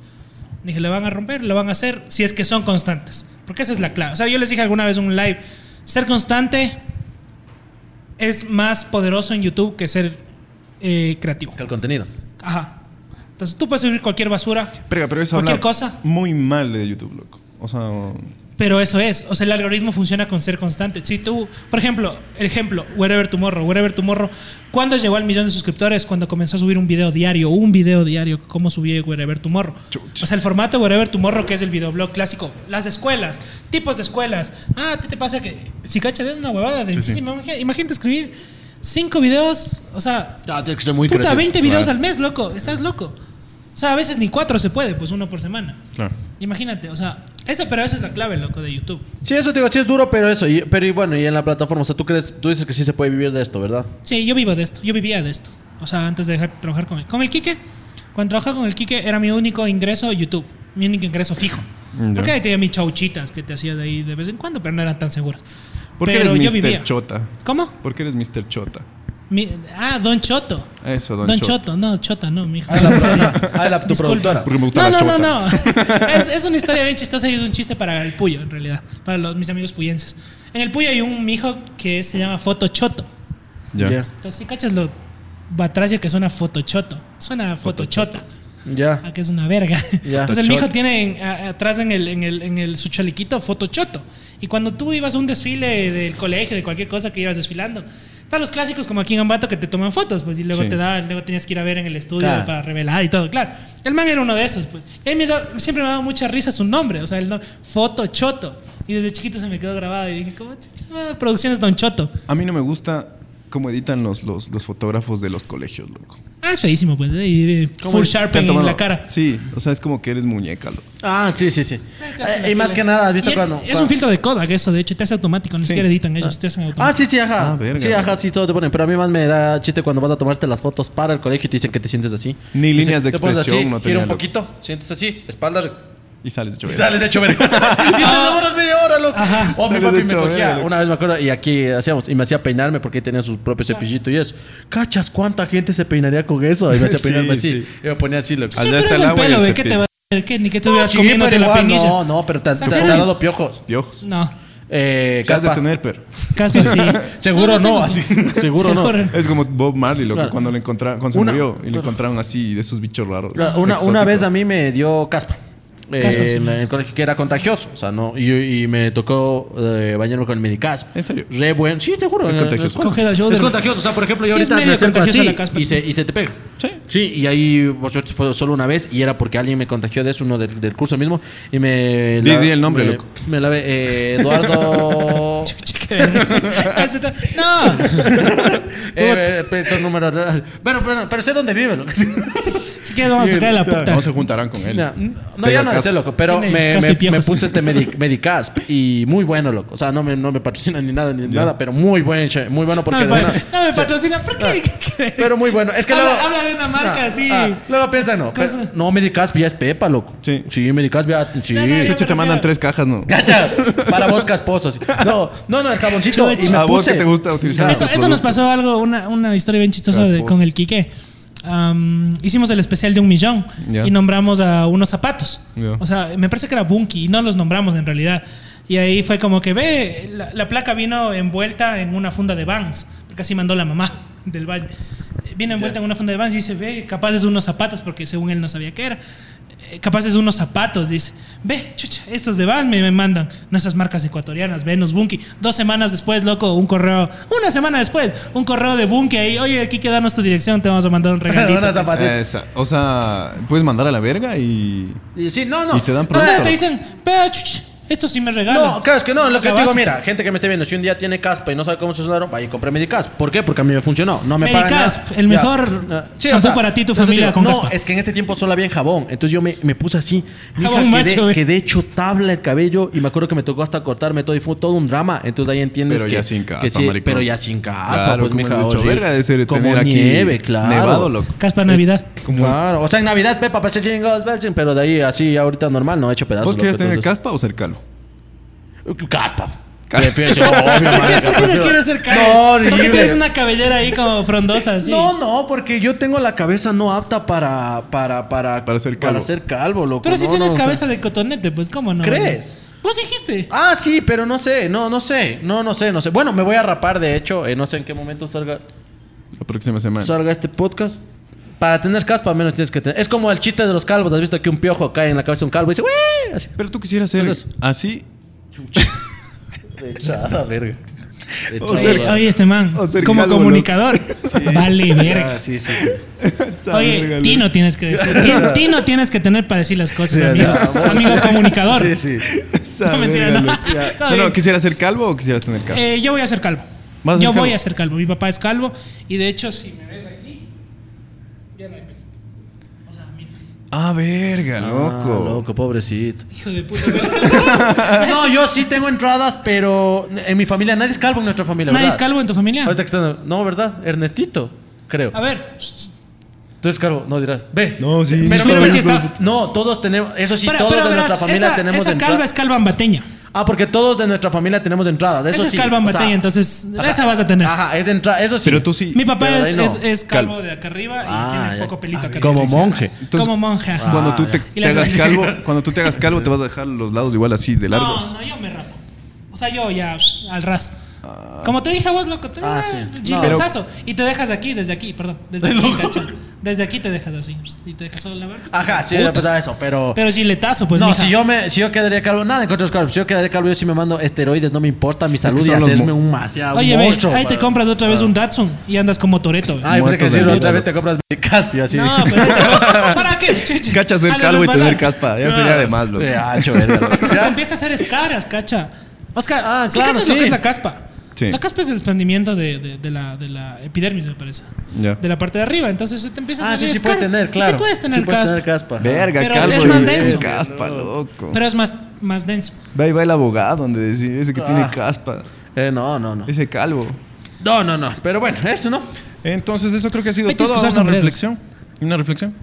Speaker 2: Dije, lo van a romper, lo van a hacer, si es que son constantes. Porque esa es la clave. O sea, yo les dije alguna vez en un live, ser constante es más poderoso en YouTube que ser eh, creativo.
Speaker 3: El contenido.
Speaker 2: Ajá. Entonces tú puedes subir cualquier basura,
Speaker 1: Pero, pero eso
Speaker 2: Cualquier
Speaker 1: habla
Speaker 2: cosa.
Speaker 1: muy mal de YouTube, loco. O sea,
Speaker 2: Pero eso es, o sea, el algoritmo funciona con ser constante. Si tú, por ejemplo, el ejemplo, Wherever Tomorrow, Wherever Tomorrow, ¿cuándo llegó al millón de suscriptores? Cuando comenzó a subir un video diario, un video diario, ¿cómo subía Wherever Tomorrow?
Speaker 1: Chuch.
Speaker 2: O sea, el formato Wherever Tomorrow, que es el videoblog clásico, las escuelas, tipos de escuelas. Ah, ¿qué te pasa que si cachas es una huevada densísima? Imagina- Imagínate escribir cinco videos, o sea,
Speaker 3: Ah, tiene que ser muy
Speaker 2: puta, 20 videos
Speaker 1: claro.
Speaker 2: al mes, loco, estás loco. O sea, a veces ni cuatro se puede, pues uno por semana.
Speaker 1: claro.
Speaker 2: Imagínate, o sea, esa, pero esa es la clave, loco, de YouTube.
Speaker 3: Sí, eso te digo, sí es duro, pero eso. y- pero y bueno, y en la plataforma, o sea, tú, crees, tú dices que sí se puede vivir de esto, ¿verdad?
Speaker 2: Sí, yo vivo de esto, yo vivía de esto. O sea, antes de dejar de trabajar con él. Con el Quique, cuando trabajaba con el Quique era mi único ingreso YouTube, mi único ingreso fijo.
Speaker 1: Mm, Ya.
Speaker 2: Porque ahí tenía mis chauchitas que te hacía de ahí de vez en cuando, pero no eran tan seguras.
Speaker 1: ¿Por qué
Speaker 2: Pero yo
Speaker 1: eres
Speaker 2: vivía.
Speaker 1: Mr. Chota?
Speaker 2: ¿Cómo?
Speaker 1: ¿Por qué eres Mr. Chota?
Speaker 2: Mi- ah, Don Choto.
Speaker 1: Eso,
Speaker 2: Don,
Speaker 1: Don,
Speaker 2: Choto. no, Chota, no, mijo.
Speaker 3: Ah, la, ah, la- tu
Speaker 2: Disculpa.
Speaker 3: productora.
Speaker 1: Porque me gusta
Speaker 2: No,
Speaker 1: la
Speaker 2: no, no,
Speaker 1: chota.
Speaker 2: no. Es, es una historia bien chistosa y es un chiste para el Puyo, en realidad. Para los, mis amigos puyenses. En el Puyo hay un mijo que se llama Foto Choto.
Speaker 1: Ya.
Speaker 3: Ya.
Speaker 2: Entonces, si cachas lo batracio que suena fotochoto. Suena a fotochota.
Speaker 3: Ya.
Speaker 2: a que es una verga.
Speaker 3: Ya.
Speaker 2: Entonces el
Speaker 1: Chocho.
Speaker 2: mijo tiene en- a- atrás en el, en el, en el su chalequito fotochoto. Y cuando tú ibas a un desfile del colegio, de cualquier cosa que ibas desfilando, están los clásicos como aquí en Ambato que te toman fotos, pues, y luego
Speaker 1: Sí.
Speaker 2: te daban, luego tenías que ir a ver en el estudio
Speaker 3: Claro.
Speaker 2: para revelar y todo, claro. El man era uno de esos, pues. Y a mí me da- siempre me ha dado mucha risa su nombre, o sea, el no, fotochoto. Y desde chiquito se me quedó grabado y dije, ¿cómo chucha, producciones Don Choto?
Speaker 1: A mí no me gusta cómo editan los, los, los fotógrafos de los colegios, loco.
Speaker 2: Ah, es feísimo, pues. Y eh, full sharp
Speaker 1: Te han
Speaker 2: en
Speaker 1: tomado-
Speaker 2: la cara.
Speaker 1: Sí, o sea, es como que eres muñeca, loco.
Speaker 3: Ah, sí, sí, sí.
Speaker 2: Te hacen
Speaker 3: Eh, y
Speaker 2: la
Speaker 3: más
Speaker 2: tele.
Speaker 3: que nada, ¿has
Speaker 2: Y
Speaker 3: visto
Speaker 2: es-
Speaker 3: cuando?
Speaker 2: Es
Speaker 3: cuando-
Speaker 2: un filtro de Kodak eso, de hecho, te hace automático, ni siquiera editan ellos, te hacen
Speaker 3: Ah,
Speaker 2: automático.
Speaker 3: sí, sí, ajá.
Speaker 1: Ah, verga,
Speaker 3: sí, ajá, sí, todo te ponen. Pero a mí más me da chiste cuando vas a tomarte las fotos para el colegio y te dicen que te sientes así.
Speaker 1: Ni
Speaker 3: Dicen,
Speaker 1: líneas de
Speaker 3: te pones
Speaker 1: expresión
Speaker 3: así,
Speaker 1: no
Speaker 3: gira
Speaker 1: tenía,
Speaker 3: un
Speaker 1: loco.
Speaker 3: poquito, sientes así, espaldas
Speaker 1: Y sales de
Speaker 3: y
Speaker 1: chover.
Speaker 3: sales de chover. y te
Speaker 2: Ah.
Speaker 3: demoras media hora, loco. O mi
Speaker 1: Sales
Speaker 3: papi
Speaker 1: de
Speaker 3: me
Speaker 1: chover,
Speaker 3: cogía.
Speaker 1: loco.
Speaker 3: Una vez me acuerdo, y aquí hacíamos, y me hacía peinarme porque tenía su propio cepillito y eso. Cachas, ¿cuánta gente se peinaría con eso? Y me hacía
Speaker 1: Sí,
Speaker 3: peinarme así.
Speaker 1: sí.
Speaker 3: Y me ponía así, loco.
Speaker 1: Allá
Speaker 2: Che, pero
Speaker 1: está
Speaker 2: es
Speaker 1: el
Speaker 2: el
Speaker 1: agua y
Speaker 2: pelo,
Speaker 1: el
Speaker 2: güey, ¿qué te va
Speaker 1: cepillo.
Speaker 2: a hacer? ¿Qué? Ni que estuvieras
Speaker 3: Sí,
Speaker 2: comiéndote
Speaker 3: pero
Speaker 2: la
Speaker 3: igual,
Speaker 2: pinilla.
Speaker 3: No, no, pero te, te- te
Speaker 2: Sacan-
Speaker 3: ha dado piojos.
Speaker 1: Piojos.
Speaker 2: No,
Speaker 3: Eh,
Speaker 1: ¿Qué has de
Speaker 3: caspa.
Speaker 1: tener, pero?
Speaker 2: Casper sí.
Speaker 3: Seguro no,
Speaker 2: tengo-
Speaker 3: así. Seguro no.
Speaker 2: Seguro.
Speaker 1: Es como Bob Marley, loco,
Speaker 3: Claro.
Speaker 1: cuando lo encontraron, cuando se
Speaker 3: Una-
Speaker 1: murió y lo
Speaker 3: claro.
Speaker 1: encontraron así de esos bichos raros.
Speaker 3: La- Una, una
Speaker 1: exóticos.
Speaker 3: vez a mí me dio caspa. eh,
Speaker 2: Caspa, sí.
Speaker 3: en la- en el colegio que era contagioso, o sea, no, y, y me tocó eh, bañarme con el medicasp.
Speaker 1: ¿En serio?
Speaker 3: Re buen, sí, te juro.
Speaker 1: Es
Speaker 3: en la-
Speaker 1: contagioso.
Speaker 3: en la escuela.
Speaker 2: Coge la shoulder.
Speaker 3: Es contagioso, o sea, por ejemplo, yo
Speaker 2: Sí, es
Speaker 3: ahorita me
Speaker 2: medio
Speaker 3: acerco
Speaker 2: contagiosa
Speaker 3: así
Speaker 2: la caspa.
Speaker 3: y se, y se te pega.
Speaker 1: Sí.
Speaker 3: Sí, y ahí, por suerte, fue solo una vez y era porque alguien me contagió de eso, uno del, del curso mismo, y me.
Speaker 1: Di-
Speaker 3: la-
Speaker 1: di el nombre,
Speaker 3: me-
Speaker 1: loco.
Speaker 3: Me lavé, eh, Eduardo.
Speaker 2: Che, qué verga. Este No.
Speaker 3: eh, eh, son números raros. Bueno, pero, pero sé dónde vive, loco.
Speaker 2: Si quieres, vamos a sacar a la puta.
Speaker 1: No se juntarán con él.
Speaker 3: No, no,
Speaker 1: Tengo
Speaker 3: ya no
Speaker 1: acá-
Speaker 3: sé, loco, pero
Speaker 2: Tiene
Speaker 3: me,
Speaker 2: caspa y
Speaker 3: me-
Speaker 2: piojos.
Speaker 3: me puse este Medi- Medicasp y muy bueno, loco. O sea, no me, no me patrocina ni nada, ni nada, pero muy buen, che- muy bueno
Speaker 2: No
Speaker 3: porque
Speaker 2: me,
Speaker 3: de
Speaker 2: pa-
Speaker 3: una- Ah.
Speaker 2: no me patrocina. ¿Por qué? ¿Qué verga?
Speaker 3: Pero muy bueno. Es que
Speaker 2: Habla-
Speaker 3: luego- Ah,
Speaker 2: habla de una marca, sí.
Speaker 3: luego piensa, no.
Speaker 2: Cosa-
Speaker 3: pero- no, Medicasp ya es Pepa, loco.
Speaker 1: Sí.
Speaker 3: Medicasp ya. Sí.
Speaker 2: No, no, yo-
Speaker 1: Chucha, te mandan tres cajas, ¿no?
Speaker 3: Cacha, para vos casposos. No, no, no, el jaboncito. Y me
Speaker 1: A vos
Speaker 3: puse-
Speaker 1: que te gusta utilizar
Speaker 3: Claro.
Speaker 2: Eso,
Speaker 1: tu
Speaker 2: eso nos
Speaker 1: producto.
Speaker 2: pasó algo, una, una historia bien chistosa
Speaker 1: Las
Speaker 2: de-
Speaker 1: poses.
Speaker 2: con el Quique. Am, hicimos el especial de un millón
Speaker 1: Ya.
Speaker 2: y nombramos a unos zapatos.
Speaker 1: Ya.
Speaker 2: O sea, me parece que era Bunky y no los nombramos en realidad. Y ahí fue como que ve, la, la placa vino envuelta en una funda de Vans, porque así mandó la mamá del valle. Vino envuelta en una funda de Vans y dice, ve, capaz es unos zapatos, porque según él no sabía qué era. Eh, Capaz es unos zapatos, dice. Ve, chucha, estos de Vans me, me mandan. Nuestras marcas ecuatorianas, Venus, Bunky. Dos semanas después, loco, un correo. Una semana después, un correo de Bunky ahí. Oye, aquí quedanos tu dirección, te vamos a mandar un regalito.
Speaker 3: Unas zapatitas.
Speaker 1: Esa. O sea, puedes mandar a la verga y.
Speaker 3: Y sí, no, no.
Speaker 1: Y te dan
Speaker 2: O sea,
Speaker 1: producto.
Speaker 2: te dicen, ve, chucha, esto sí me regalan.
Speaker 3: No, claro, es que no, lo que
Speaker 2: La
Speaker 3: te digo,
Speaker 2: básica.
Speaker 3: mira, gente que me esté viendo, si un día tiene caspa y no sabe cómo se sonaron, vaya y compre Medicasp. ¿Por qué? Porque a mí me funcionó. No me pagan nada.
Speaker 2: Medicasp, el mejor
Speaker 3: Ah,
Speaker 2: champú para ti y tu
Speaker 3: eso te
Speaker 2: familia
Speaker 3: digo,
Speaker 2: con
Speaker 3: No,
Speaker 2: caspa.
Speaker 3: es que en este tiempo solo había en jabón. Entonces yo me, me puse así. Mija,
Speaker 2: Jabón
Speaker 3: quedé,
Speaker 2: macho, güey.
Speaker 3: quedé hecho tabla el cabello y me acuerdo que me tocó hasta cortarme todo y fue todo un drama. Entonces ahí entiendes
Speaker 1: Pero
Speaker 3: que.
Speaker 1: ya sin caspa,
Speaker 3: que sí,
Speaker 1: maricón.
Speaker 3: Pero ya sin caspa,
Speaker 1: Claro,
Speaker 3: pues,
Speaker 1: como
Speaker 3: mija,
Speaker 1: el bicho
Speaker 3: horrible.
Speaker 1: verga de ser-
Speaker 3: Como
Speaker 1: tener aquí
Speaker 3: nieve, claro.
Speaker 1: nevado, loco.
Speaker 2: Caspa Navidad.
Speaker 3: Eh,
Speaker 1: Ah,
Speaker 3: Claro, o sea, en Navidad, Pepa, pues, chingos, pero de ahí así ahorita normal, no he hecho pedazos.
Speaker 1: ¿Vos querías
Speaker 3: loco,
Speaker 1: tener
Speaker 3: entonces-
Speaker 1: caspa o ser calo?
Speaker 3: Caspa.
Speaker 1: Caspa.
Speaker 3: Prefiero ser- obvio,
Speaker 2: ¿Por qué,
Speaker 3: marica,
Speaker 2: por qué le
Speaker 3: prefiero-
Speaker 2: quieres hacer cara?
Speaker 3: No,
Speaker 2: ¿Por qué
Speaker 3: horrible.
Speaker 2: tienes una cabellera ahí como frondosa así?
Speaker 3: No, no, porque yo tengo la cabeza no apta para para para
Speaker 1: Para ser calvo.
Speaker 3: para ser calvo, loco.
Speaker 2: Pero si
Speaker 3: No,
Speaker 2: tienes
Speaker 3: no,
Speaker 2: cabeza de cotonete, pues ¿cómo no?
Speaker 3: ¿Crees?
Speaker 2: Vos dijiste.
Speaker 3: Ah, sí, pero no sé, no no sé, no no sé, no sé. Bueno, me voy a rapar de hecho, eh, no sé en qué momento salga
Speaker 1: La próxima semana.
Speaker 3: salga este podcast. Para tener caspa al menos tienes que tener. Es como el chiste de los calvos, has visto que un piojo cae en la cabeza de un calvo y dice, "Wey", así.
Speaker 1: Pero tú quisieras ser
Speaker 3: Entonces-
Speaker 1: así.
Speaker 3: Echada, verga.
Speaker 1: O
Speaker 2: Oye,
Speaker 1: sea,
Speaker 2: oye, este man,
Speaker 1: o ser
Speaker 2: como
Speaker 1: calvo,
Speaker 2: comunicador, vale verga.
Speaker 3: Ah, sí, sí.
Speaker 2: Oye, Tino tienes que decir. Tino, tino tienes que tener para decir las cosas,
Speaker 3: Sí,
Speaker 2: amigo.
Speaker 3: ya, vos-
Speaker 2: Amigo comunicador.
Speaker 3: Sí, sí.
Speaker 1: Esa
Speaker 2: No, mentira,
Speaker 1: verga,
Speaker 2: no.
Speaker 1: loco.
Speaker 2: Ya. Todo
Speaker 1: No, no,
Speaker 2: bien.
Speaker 1: ¿quisieras ser calvo o quisieras tener caspa?
Speaker 2: Eh, yo voy a ser calvo.
Speaker 1: ¿Vas a ser
Speaker 2: yo voy
Speaker 1: calvo?
Speaker 2: a ser calvo. Mi papá es calvo. Y de hecho, si me ves aquí, ya no hay pelito. O sea, mira.
Speaker 1: Ah, verga, loco.
Speaker 3: Ah, loco, pobrecito.
Speaker 2: Hijo de puta.
Speaker 3: No, yo sí tengo entradas, pero en mi familia nadie es calvo en nuestra familia.
Speaker 2: ¿Nadie
Speaker 3: ¿verdad?
Speaker 2: es calvo en tu familia?
Speaker 3: Ahorita que están- No, ¿verdad? Ernestito, creo.
Speaker 2: A ver,
Speaker 3: Tú eres calvo, no dirás. Ve.
Speaker 1: No, Oh, sí.
Speaker 3: Pero,
Speaker 2: Disculpe,
Speaker 3: pero-
Speaker 2: sí está.
Speaker 3: No, todos tenemos. Eso sí,
Speaker 2: pero,
Speaker 3: todos
Speaker 2: pero
Speaker 3: de
Speaker 2: verás,
Speaker 3: nuestra familia
Speaker 2: esa,
Speaker 3: tenemos
Speaker 2: esa
Speaker 3: entradas.
Speaker 2: calva es calva ambateña.
Speaker 3: Ah, porque todos de nuestra familia tenemos entradas. Eso
Speaker 2: Esa
Speaker 3: sí.
Speaker 2: es calva
Speaker 3: o sea,
Speaker 2: ambateña, entonces
Speaker 3: ajá.
Speaker 2: esa vas a tener.
Speaker 3: Ajá, es entrada. Eso sí.
Speaker 1: Pero tú sí.
Speaker 2: Mi papá
Speaker 3: Pero de
Speaker 2: es,
Speaker 3: ahí no.
Speaker 2: es- es calvo
Speaker 1: Calvo.
Speaker 2: de acá arriba y
Speaker 3: Ah,
Speaker 2: tiene
Speaker 3: ya.
Speaker 2: un poco pelito acá.
Speaker 3: Como
Speaker 2: arriba.
Speaker 3: monje.
Speaker 1: Entonces-
Speaker 2: como monja.
Speaker 1: Cuando tú
Speaker 3: Ah,
Speaker 1: te,
Speaker 3: ya.
Speaker 1: te
Speaker 2: Y la
Speaker 1: hagas
Speaker 2: sonrisa.
Speaker 1: calvo, cuando tú te hagas calvo, te vas a dejar los lados igual así de largos.
Speaker 2: No, no, yo me rapo. O sea, yo ya psh, al ras. Como te dije a vos, loco, te
Speaker 3: Ah,
Speaker 2: ah,
Speaker 3: sí.
Speaker 2: sí.
Speaker 3: No.
Speaker 2: y te dejas aquí, desde aquí, perdón, desde aquí, cacho. Desde aquí te dejas así. Y te dejas solo la barba.
Speaker 3: Ajá, sí, voy a pasar eso, pero.
Speaker 2: Pero giletazo, pues.
Speaker 3: Ah. no,
Speaker 2: mija.
Speaker 3: si yo me, si yo quedaría calvo, nada en contra de los calvos. Si yo quedaría calvo, yo sí me mando esteroides, no me importa mi salud
Speaker 1: que
Speaker 3: y
Speaker 1: son los
Speaker 3: hacerme
Speaker 1: mo-
Speaker 3: un masia, un
Speaker 2: Oye, ve,
Speaker 3: monstruo.
Speaker 2: ahí te
Speaker 3: para-
Speaker 2: compras otra vez un Datsun y andas como Toreto.
Speaker 3: Ay, pensé que
Speaker 1: Muertos de
Speaker 3: decir
Speaker 1: miedo.
Speaker 3: otra vez te compras mi Caspio así.
Speaker 2: No, pero ¿para qué? chucha?
Speaker 1: Cacha ser
Speaker 2: A Ah, los
Speaker 1: calvo y tener
Speaker 2: resbalados.
Speaker 1: caspa. Ya sería de más, loco.
Speaker 3: De ancho, verga,
Speaker 2: Es que se te
Speaker 3: loco.
Speaker 2: Pues empieza a hacer escaras, cacha. Oscar,
Speaker 3: Ah,
Speaker 2: ¿sí
Speaker 3: claro,
Speaker 2: cachas lo
Speaker 3: sí.
Speaker 2: que es la caspa?
Speaker 1: Sí.
Speaker 2: La caspa es el desprendimiento de, de- de la, de la epidermis, me parece.
Speaker 1: Ya.
Speaker 2: De la parte de arriba. Entonces se te empieza a
Speaker 3: Ah,
Speaker 2: salir
Speaker 3: que sí
Speaker 2: escara.
Speaker 3: puedes tener, claro.
Speaker 2: Sí puedes tener
Speaker 3: Sí
Speaker 2: caspa.
Speaker 3: caspa. ajá.
Speaker 1: Verga,
Speaker 2: Pero
Speaker 1: calvo.
Speaker 2: es más
Speaker 1: y-
Speaker 2: denso.
Speaker 1: Caspa, loco.
Speaker 2: Pero es más, más denso.
Speaker 1: Ve ahí va el abogado donde decir ese que
Speaker 3: Ah.
Speaker 1: tiene caspa.
Speaker 3: Eh, no, no, no.
Speaker 1: Ese calvo.
Speaker 3: No, no, no. Pero bueno, eso, ¿no?
Speaker 1: Entonces, eso creo que ha sido
Speaker 2: Hay que
Speaker 1: todo.
Speaker 2: excusar
Speaker 1: Una
Speaker 2: sombreros.
Speaker 1: reflexión. Una reflexión.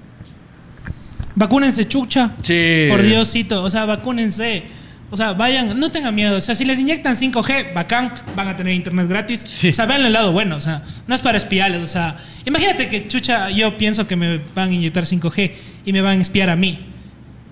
Speaker 2: Vacúnense, chucha.
Speaker 3: Sí.
Speaker 2: Por Diosito. O sea, vacúnense. O sea, vayan, no tengan miedo. O sea, si les inyectan 5G, bacán, van a tener internet gratis. O sea, vean el lado bueno. O sea, no es para espiarles. O sea, imagínate que, chucha, yo pienso que me van a inyectar 5G y me van a espiar a mí.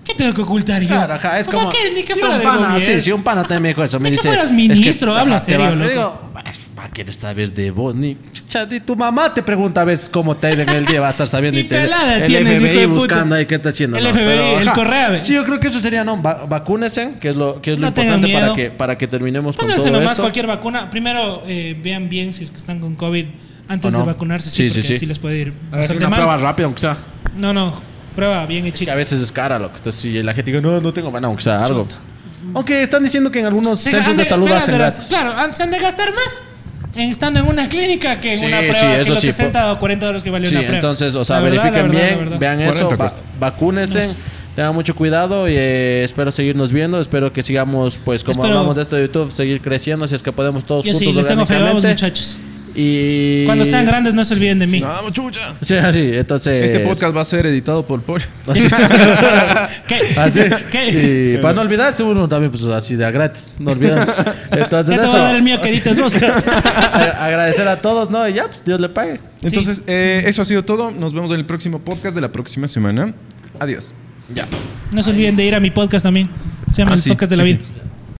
Speaker 2: ¿Qué tengo que ocultar yo?
Speaker 3: Claro, ajá, es
Speaker 2: o
Speaker 3: como.
Speaker 2: sea, que ni que
Speaker 3: si
Speaker 2: fuera
Speaker 3: un
Speaker 2: del
Speaker 3: pana,
Speaker 2: gobierno.
Speaker 3: sí, si un pana también me dijo eso. Me
Speaker 2: Ni que
Speaker 3: dice.
Speaker 2: fueras
Speaker 3: es
Speaker 2: ministro, habla
Speaker 3: ajá, te
Speaker 2: serio,
Speaker 3: van-
Speaker 2: loco.
Speaker 3: Le digo, ¿para qué sabes de vos? Ni, chucha, ni tu mamá te pregunta a veces cómo te ha ido en el día. Va a estar sabiendo.
Speaker 2: Ni
Speaker 3: y te-
Speaker 2: pelada
Speaker 3: el
Speaker 2: tienes,
Speaker 3: FBI
Speaker 2: hijo de puta.
Speaker 3: buscando ahí qué está haciendo.
Speaker 2: El
Speaker 3: no,
Speaker 2: FBI, el
Speaker 3: ajá.
Speaker 2: correa, ve.
Speaker 3: Sí, yo creo que eso sería, ¿no? Va- vacúnense, que es lo, que es lo
Speaker 2: No tengan
Speaker 3: importante para
Speaker 2: miedo.
Speaker 3: que, para que terminemos con
Speaker 2: Pónganse
Speaker 3: todo
Speaker 2: nomás
Speaker 3: esto.
Speaker 2: cualquier vacuna. Primero eh, vean bien si es que están con COVID antes
Speaker 3: ¿O no?
Speaker 2: de vacunarse. Sí,
Speaker 3: Sí, sí,
Speaker 2: porque
Speaker 3: sí.
Speaker 2: sí les puede ir.
Speaker 3: Hacer
Speaker 2: bastante
Speaker 3: una
Speaker 2: mal.
Speaker 3: prueba rápida, aunque sea.
Speaker 2: No, no. Prueba bien
Speaker 3: Que
Speaker 2: hechita.
Speaker 3: a veces es cara, loco. Entonces, si la gente dice, no, no tengo, bueno, aunque sea algo. Aunque están diciendo que en algunos
Speaker 2: Sí,
Speaker 3: centros
Speaker 2: han
Speaker 3: de salud
Speaker 2: verás,
Speaker 3: hacen
Speaker 2: verás,
Speaker 3: gratis.
Speaker 2: Claro, han- se han de gastar más en estando en una clínica que en
Speaker 3: Sí,
Speaker 2: una prueba
Speaker 3: sí,
Speaker 2: que
Speaker 3: eso
Speaker 2: los
Speaker 3: sí,
Speaker 2: 60 o 40 dólares que valió
Speaker 3: Sí,
Speaker 2: una prueba.
Speaker 3: entonces, o sea,
Speaker 2: La verdad,
Speaker 3: verifiquen
Speaker 2: la verdad, la
Speaker 3: bien,
Speaker 2: verdad.
Speaker 3: vean
Speaker 1: 40
Speaker 3: eso, va-
Speaker 1: cuesta.
Speaker 3: vacúnense,
Speaker 2: Nos-
Speaker 3: tengan mucho cuidado y eh, espero seguirnos viendo, espero que sigamos, pues como
Speaker 2: Espero-
Speaker 3: hablamos de esto de YouTube, seguir creciendo, si es que podemos todos
Speaker 2: Yo
Speaker 3: juntos
Speaker 2: sí, les tengo fe, vamos,
Speaker 3: orgánicamente.
Speaker 2: muchachos.
Speaker 3: y
Speaker 2: Cuando sean grandes, no se olviden de mí.
Speaker 1: Vamos, chucha.
Speaker 3: Sí, así, entonces
Speaker 1: Este podcast va a ser editado por Paul.
Speaker 2: ¿Qué?
Speaker 3: Así es.
Speaker 2: ¿Qué?
Speaker 3: Y para no olvidarse, uno también, pues así de a gratis. No olvidamos. Entonces,
Speaker 2: Ya te
Speaker 3: eso.
Speaker 2: voy a dar el mío que edites vos.
Speaker 3: A- Agradecer a todos, ¿no? Y ya, pues Dios le pague.
Speaker 1: Entonces, eh, eso ha sido todo. Nos vemos en el próximo podcast de la próxima semana. Adiós.
Speaker 3: Ya.
Speaker 2: No se olviden de ir a mi podcast también. Se llama
Speaker 1: Ah,
Speaker 2: el
Speaker 1: sí,
Speaker 2: podcast de la
Speaker 1: sí,
Speaker 2: vida.
Speaker 1: sí.